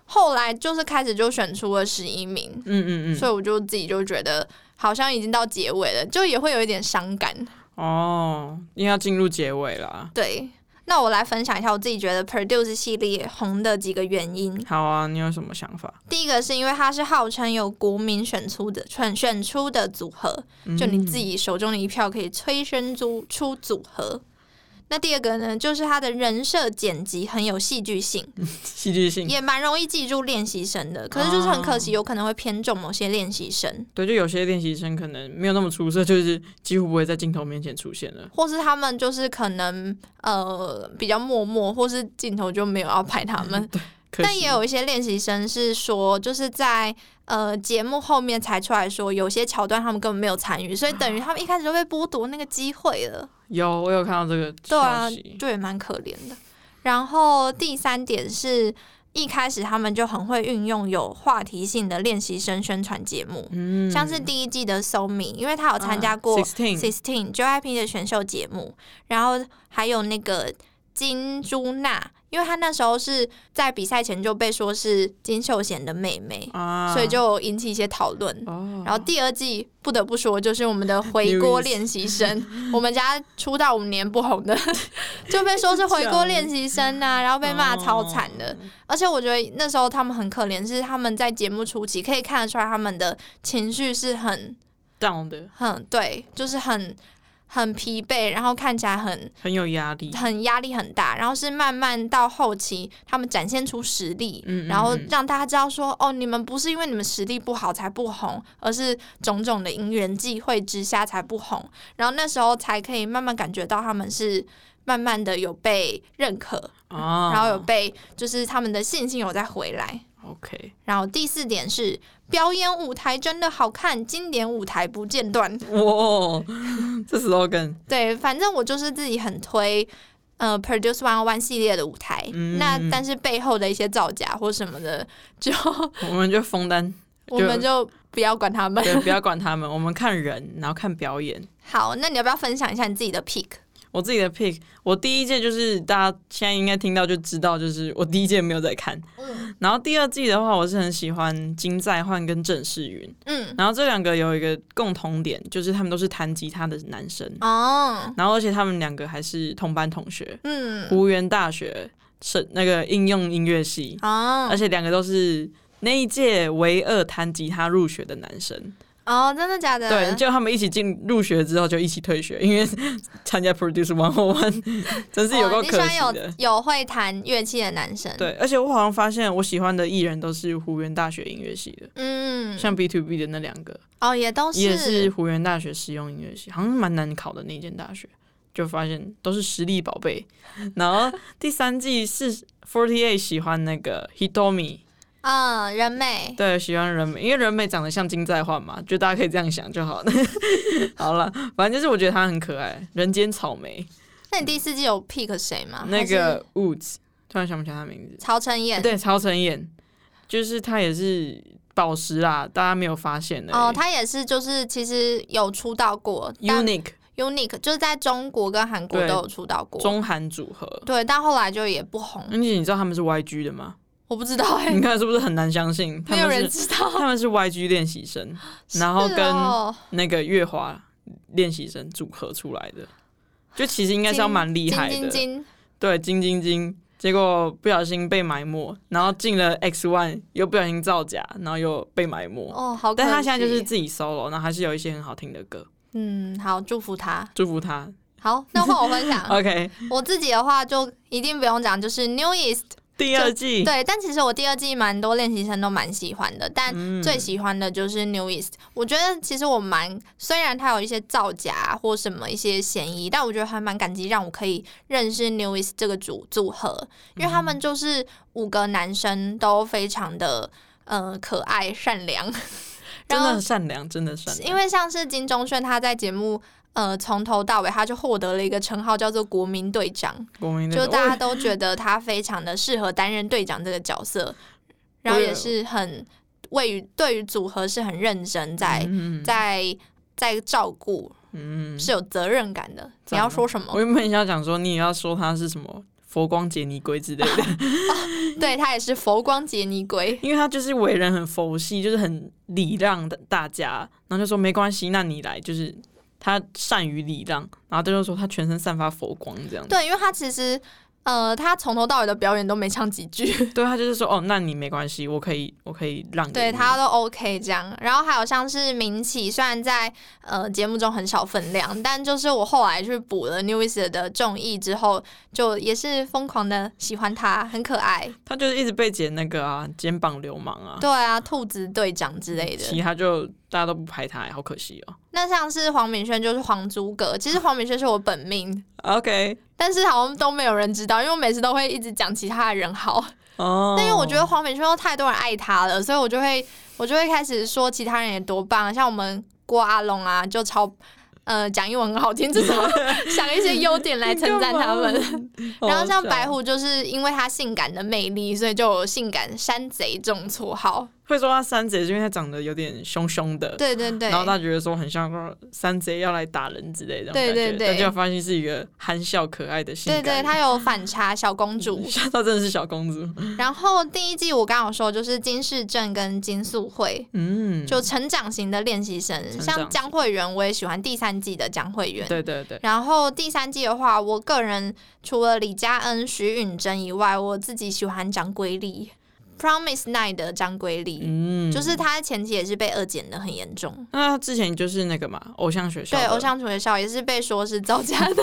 S1: 后来就是开始就选出了十一名，
S2: 嗯嗯
S1: 所
S2: 嗯，
S1: 以我就自己就觉得好像已经到结尾了，就也会有一点伤感。
S2: 哦，因为要进入结尾啦。
S1: 对，那我来分享一下我自己觉得 Produce 系列红的几个原因。
S2: 好啊，你有什么想法？
S1: 第一个是因为它是号称由国民选出的选选出
S2: 嗯
S1: 的组合，就你自己手中的一票可以催生出出组合。那第二个呢，就是他的人设剪辑很有戏剧性，
S2: 戏剧性。
S1: 也蛮容易记住练习生的。可是就是很可惜，有可能会偏重某些练习生，
S2: 对，就有些练习生可能没有那么出色，就是几乎不会在镜头面前出现了。
S1: 或是他们就是可能呃比较默默，或是镜头就没有要拍他们。
S2: 可
S1: 但
S2: 惜
S1: 也有一些练习生是说，就是在呃节目后面才出来说，有些桥段他们根本没有参与，所以等于他们一开始就被剥夺那个机会了。
S2: 有，我有看到这个
S1: 对啊
S2: 消息，，
S1: 就也蛮可怜的。然后第三点是。一开始他们就很会运用有话题性的练习生宣传节目，
S2: 嗯啊
S1: 像是第一季的 So Me，因为他有参加过
S2: sixteen，
S1: Sixteen JYP 的选秀节目，然后还有那个金珠娜，因为她那时候是在比赛前就被说是金秀贤的妹妹，
S2: 啊，
S1: 所以就引起一些讨论。
S2: 哦，
S1: 然后第二季不得不说，就是我们的回锅练习生，我们家出道五年不红的， 就被说是回锅练习生呐、然后被骂超惨的。
S2: 嗯
S1: 而且我觉得那时候他们很可怜，是他们在节目初期可以看得出来，他们的情绪是很
S2: down 的
S1: 很对，就是很很疲惫，然后看起来很
S2: 很有压力，
S1: 很压力很大，然后是慢慢到后期他们展现出实力，
S2: 嗯嗯
S1: 然后
S2: 嗯
S1: 让大家知道说，哦，你们不是因为你们实力不好才不红，而是种种的因缘际会之下才不红，然后那时候才可以慢慢感觉到他们是。慢慢的有被认可，
S2: 啊，
S1: 然后有被就是他们的信心有再回来。
S2: OK，
S1: 然后第四点是表演舞台真的好看，经典舞台不间断。
S2: 哇，这 slogan
S1: 对，反正我就是自己很推。呃，Produce One One 系列的舞台，
S2: 嗯
S1: 那但是背后的一些造假或什么的， 就
S2: 我们就封单，
S1: 我们就不要管他们。
S2: 对，不要管他们，我们看人，然后看表演。
S1: 好，那你要不要分享一下你自己的 pick？
S2: 我自己的 pick，我第一届就是大家现在应该听到就知道，就是我第一届没有在看。然后第二季的话，我是很喜欢金在焕跟郑世云，
S1: 嗯，
S2: 然后这两个有一个共同点，就是他们都是弹吉他的男生，
S1: 哦，
S2: 然后而且他们两个还是同班同学，
S1: 嗯，
S2: 湖源大学是那个应用音乐系，而
S1: 哦，
S2: 且两个都是。那一届唯二弹吉他入学的男生，
S1: 哦，真的假的？
S2: 对，就他们一起进入学之后就一起退学，因为 参加 Produce One o One 真是有
S1: 哦
S2: 够
S1: 你
S2: 可
S1: 喜欢
S2: 惜
S1: 有
S2: 的。
S1: 有会弹乐器的男生，，
S2: 对，而且我好像发现我喜欢的艺人都是湖源大学音乐系的，
S1: 嗯，
S2: 像 B to B 的那两个
S1: 哦，也都
S2: 也是湖源大学实用音乐系，好像蛮难考的那间大学，就发现都是实力宝贝。然后第三季是 Forty Eight 喜欢那个 Hitomi，
S1: 嗯，人美，
S2: 对，喜欢人美，因为人美长得像金在焕嘛，就大家可以这样想就好了。 好了，反正就是我觉得他很可爱，人间草莓
S1: 那你第四季有 pick 谁吗？
S2: 那
S1: 啊还是
S2: 个 Woods，突然想不起来他名字。
S1: 曹承彦，
S2: 对，曹承衍，就是他也是宝石啦，大家没有发现的、
S1: 哦，他也是，就是其实有出道过但
S2: Unique
S1: Unique 就是在中国跟韩国
S2: 对
S1: 都有出道过，
S2: 中嗯韩组合。
S1: 对，但后来就也不红，
S2: 而且你知道他们是 YG 的吗？
S1: 我不知 道哎、
S2: 你看是不是很难相信？他
S1: 没有
S2: 们
S1: 人
S2: 是
S1: 知道。
S2: 他们是 YG 练习 生，然后
S1: 是
S2: 跟
S1: 哦
S2: 那个月华练习生组合出来的，就其实应该是要
S1: 金
S2: 蛮厉害的。
S1: 金金金
S2: 对，金金金，结果不小心被埋没，然后进了 X One 又不小心造假，然后又被埋没。
S1: 哦，好可惜，
S2: 但他现在就是自己 solo，然后还是有一些很好听的歌，
S1: 嗯，好，祝福他。
S2: 祝福他。
S1: 好，那换我分 享，
S2: OK，
S1: 我自己的话就一定不用讲，就是 New East
S2: 第二季
S1: 对，但其实我第二季蛮多练习生都蛮喜欢的，但
S2: 嗯
S1: 最喜欢的就是 New East。我觉得其实我蛮，虽然它有一些造假啊或什么一些嫌疑，但我觉得还蛮感激让我可以认识 New East 这个组组合，因为他
S2: 嗯
S1: 们就是五个男生都非常的呃可爱善良，
S2: 真
S1: 然
S2: 的
S1: 后
S2: 很善良，真的善良。
S1: 因为像是金钟铉他在节目。呃，从头到尾，他就获得了一个称号，叫做“国民队长”。
S2: 国民
S1: 就
S2: 的哦
S1: 大家都觉得他非常的适合担任队长这个角色，然后也是很位于对于组合是很认真在、
S2: 嗯
S1: 在在照顾，
S2: 嗯，
S1: 是有责任感的。你
S2: 赞啊
S1: 要说什
S2: 我
S1: 么？
S2: 原本想讲说你也要说他是什么佛光节尼龟之类的，嗯
S1: 对他也是佛光杰尼龟，
S2: 因为他就是为人很佛系，就是很礼让的大家，然后就说没关系，那你来，就是他善于礼让，然后他就说他全身散发佛光这样子，
S1: 对，因为他其实。呃，他从头到尾的表演都没唱几句，
S2: 对他就是说，哦，那你没关系，我可以，我可以让给
S1: 对
S2: 你
S1: 他都 OK 这样。然后还有像是明启，虽然在呃节目中很少分量，但就是我后来去补了 New East 的综艺之后，就也是疯狂的喜欢他，很可爱。
S2: 他就是一直被剪那个啊，肩膀流氓啊，
S1: 对啊，兔子队长之类
S2: 嗯其
S1: 的。
S2: 他就大家都不排他，好可惜哦。
S1: 那像是黄敏轩就是黄诸葛，其实黄敏轩是我本命，
S2: OK，
S1: 但是好像都没有人知道，因为我每次都会一直讲其他的人好。
S2: 哦，
S1: 但因为我觉得黄美圈有太多人爱他了，所以我就会我就会开始说其他人也多棒，像我们郭阿龙啊，就超呃讲英文很好听，至少 想一些优点来称赞他们。
S2: 好
S1: 然后像
S2: 笑
S1: 白虎，就是因为他性感的魅力，所以就有性感山贼这种绰号。
S2: 会说他三贼，是因为他长得有点凶凶的，
S1: 对对对
S2: 然，后大家觉得说很像说三贼要来打人之类的，
S1: 对对对
S2: 但结果发现是一个憨笑可爱的性
S1: 对
S2: 感，
S1: 对，她有反差小公 主。
S2: 她真的是小公主，
S1: 然后第一季我刚好说就是金世正跟金素慧，
S2: 嗯，
S1: 就成长型的练习生，
S2: 长
S1: 像
S2: 型
S1: 江慧媛，我也喜欢第三季的江慧媛。
S2: 对对对，
S1: 然后第三季的话，我个人除了李佳恩、徐允珍以外，我自己喜欢张瑰丽，《Promise Night》的张瑰丽，
S2: 嗯，
S1: 就是她前期也是被二检的很严重。
S2: 那她之前就是那个嘛，偶像学校
S1: 对，
S2: 的，
S1: 偶像学校也是被说是造假 的，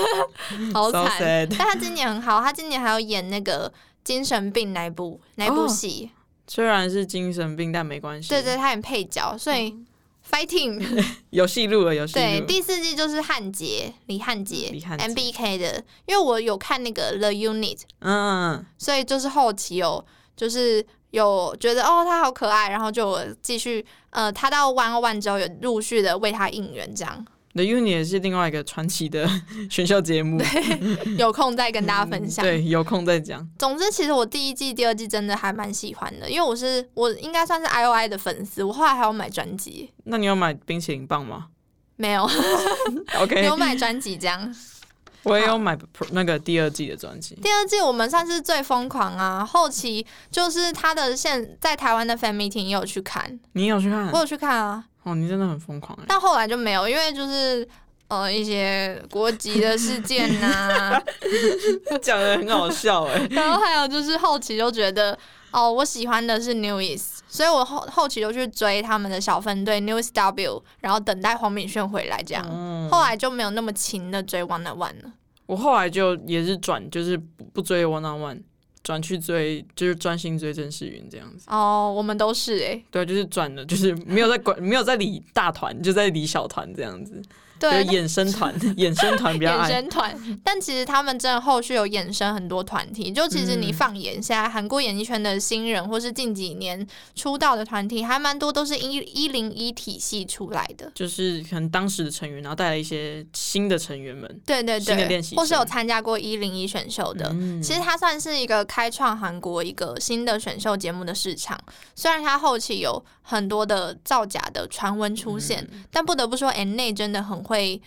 S1: 好
S2: So
S1: 惨。
S2: sad
S1: 但她今年很好，她今年还有演那个精神病那一部那一部
S2: 哦
S1: 戏，
S2: 虽然是精神病，但没关系，
S1: 对对，她演配角，所以
S2: 嗯
S1: fighting。
S2: 有戏路了，有戏
S1: 对，
S2: 路了，
S1: 第四季就是汉杰，李汉杰
S2: 李汉杰
S1: ，MBK 的，因为我有看那个 The Unit，
S2: 嗯，
S1: 所以就是后期有就是有觉得哦他好可爱，然后就继续呃他到 One One 之后有陆续的为他应援，这样
S2: The Uni 也是另外一个传奇的选秀节目，
S1: 有空再跟大家 分享。
S2: 嗯对，有空再讲。
S1: 总之其实我第一季、第二季真的还蛮喜欢的，因为我是我应该算是 I O I 的粉丝，我后来还有买专辑，
S2: 那你有买冰淇淋 棒吗
S1: 没 有
S2: ？OK，
S1: 有买专辑这样。
S2: 我也有买 pro- 那个第二季的专辑。
S1: 第二季我们算是最疯狂啊，后期就是他的现在台湾的 fan meeting 也有去看，
S2: 你有去看
S1: 我？有去看啊，
S2: 哦，你真的很 疯狂哎！
S1: 但后来就没有，因为就是呃一些国籍的事件呐、。
S2: 讲的很好笑哎
S1: 然后还有就是后期就觉得哦，我喜欢的是 New East，所以我后后期就去追他们的小分队 New East W，然后等待黄敏炫回来这样。
S2: 嗯，
S1: 后来就没有那么勤的追 One on One 了。
S2: 我后来就也是转，就是不不追 One on One，转去追就是专心追郑世云这样子。
S1: 哦，我们都是诶、
S2: 对，啊就是转了，就是没有在管，没有在理大团，就在理小团这样子。
S1: 对，
S2: 就是衍生团，衍生团比较
S1: 衍
S2: 爱。
S1: 生 团，但其实他们真的后续有衍生很多团体。就其实你
S2: 嗯
S1: 放眼现在韩国演艺圈的新人，或是近几年出道的团体，还蛮多都是一一零一体系出来的。
S2: 就是可能当时的成员，然后带来一些新的成员们。
S1: 对对
S2: 新的练
S1: 对
S2: 习，生
S1: 或是有参加过一零一选秀的。
S2: 嗯
S1: 其实它算是一个开创韩国一个新的选秀节目的市场，虽然它后期有很多的造假的传闻出现，
S2: 嗯
S1: 但不得不说，N 内真的很会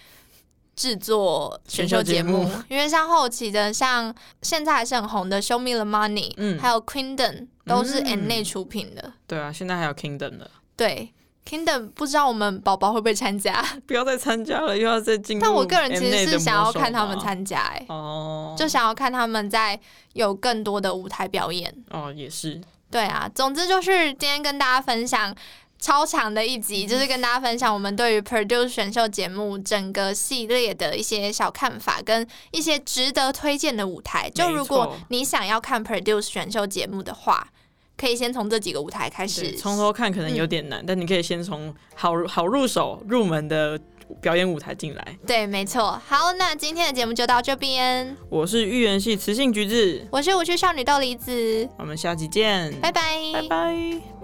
S1: 制作选秀节目，
S2: 选秀
S1: 因为像后期的，像现在还是很红的《Show Me the Money》，
S2: 嗯
S1: 还有《Kingdom》，都是
S2: 嗯
S1: N 内出品的。
S2: 对啊，现在还有 Kingdom 的，
S1: 对，《Kingdom》不知道我们宝宝会不会参 加，
S2: 不要再参加了，又要再进入 M
S1: 但
S2: 内的
S1: 我
S2: 魔
S1: 个
S2: 手吗。
S1: 人其实是想要看他们参加、欸，
S2: 哦，
S1: 就想要看他们在有更多的舞台表演。
S2: 哦也是，
S1: 对啊，总之就是今天跟大家分享超长的一
S2: 嗯
S1: 集，就是跟大家分享我们对于 Produce 选秀节目整个系列的一些小看法，跟一些值得推荐的舞台。就
S2: 没
S1: 如果
S2: 错
S1: 你想要看 Produce 选秀节目的话，可以先从这几个舞台开
S2: 对
S1: 始。
S2: 从头看可能
S1: 嗯
S2: 有点难，但你可以先从好好入手入门的表演舞台进来。
S1: 对，没错。好，那今天的节目就到这边。
S2: 我是预言系雌性橘子，
S1: 我是无趣少女豆梨子，
S2: 我们下期见，
S1: 拜拜。
S2: 拜拜。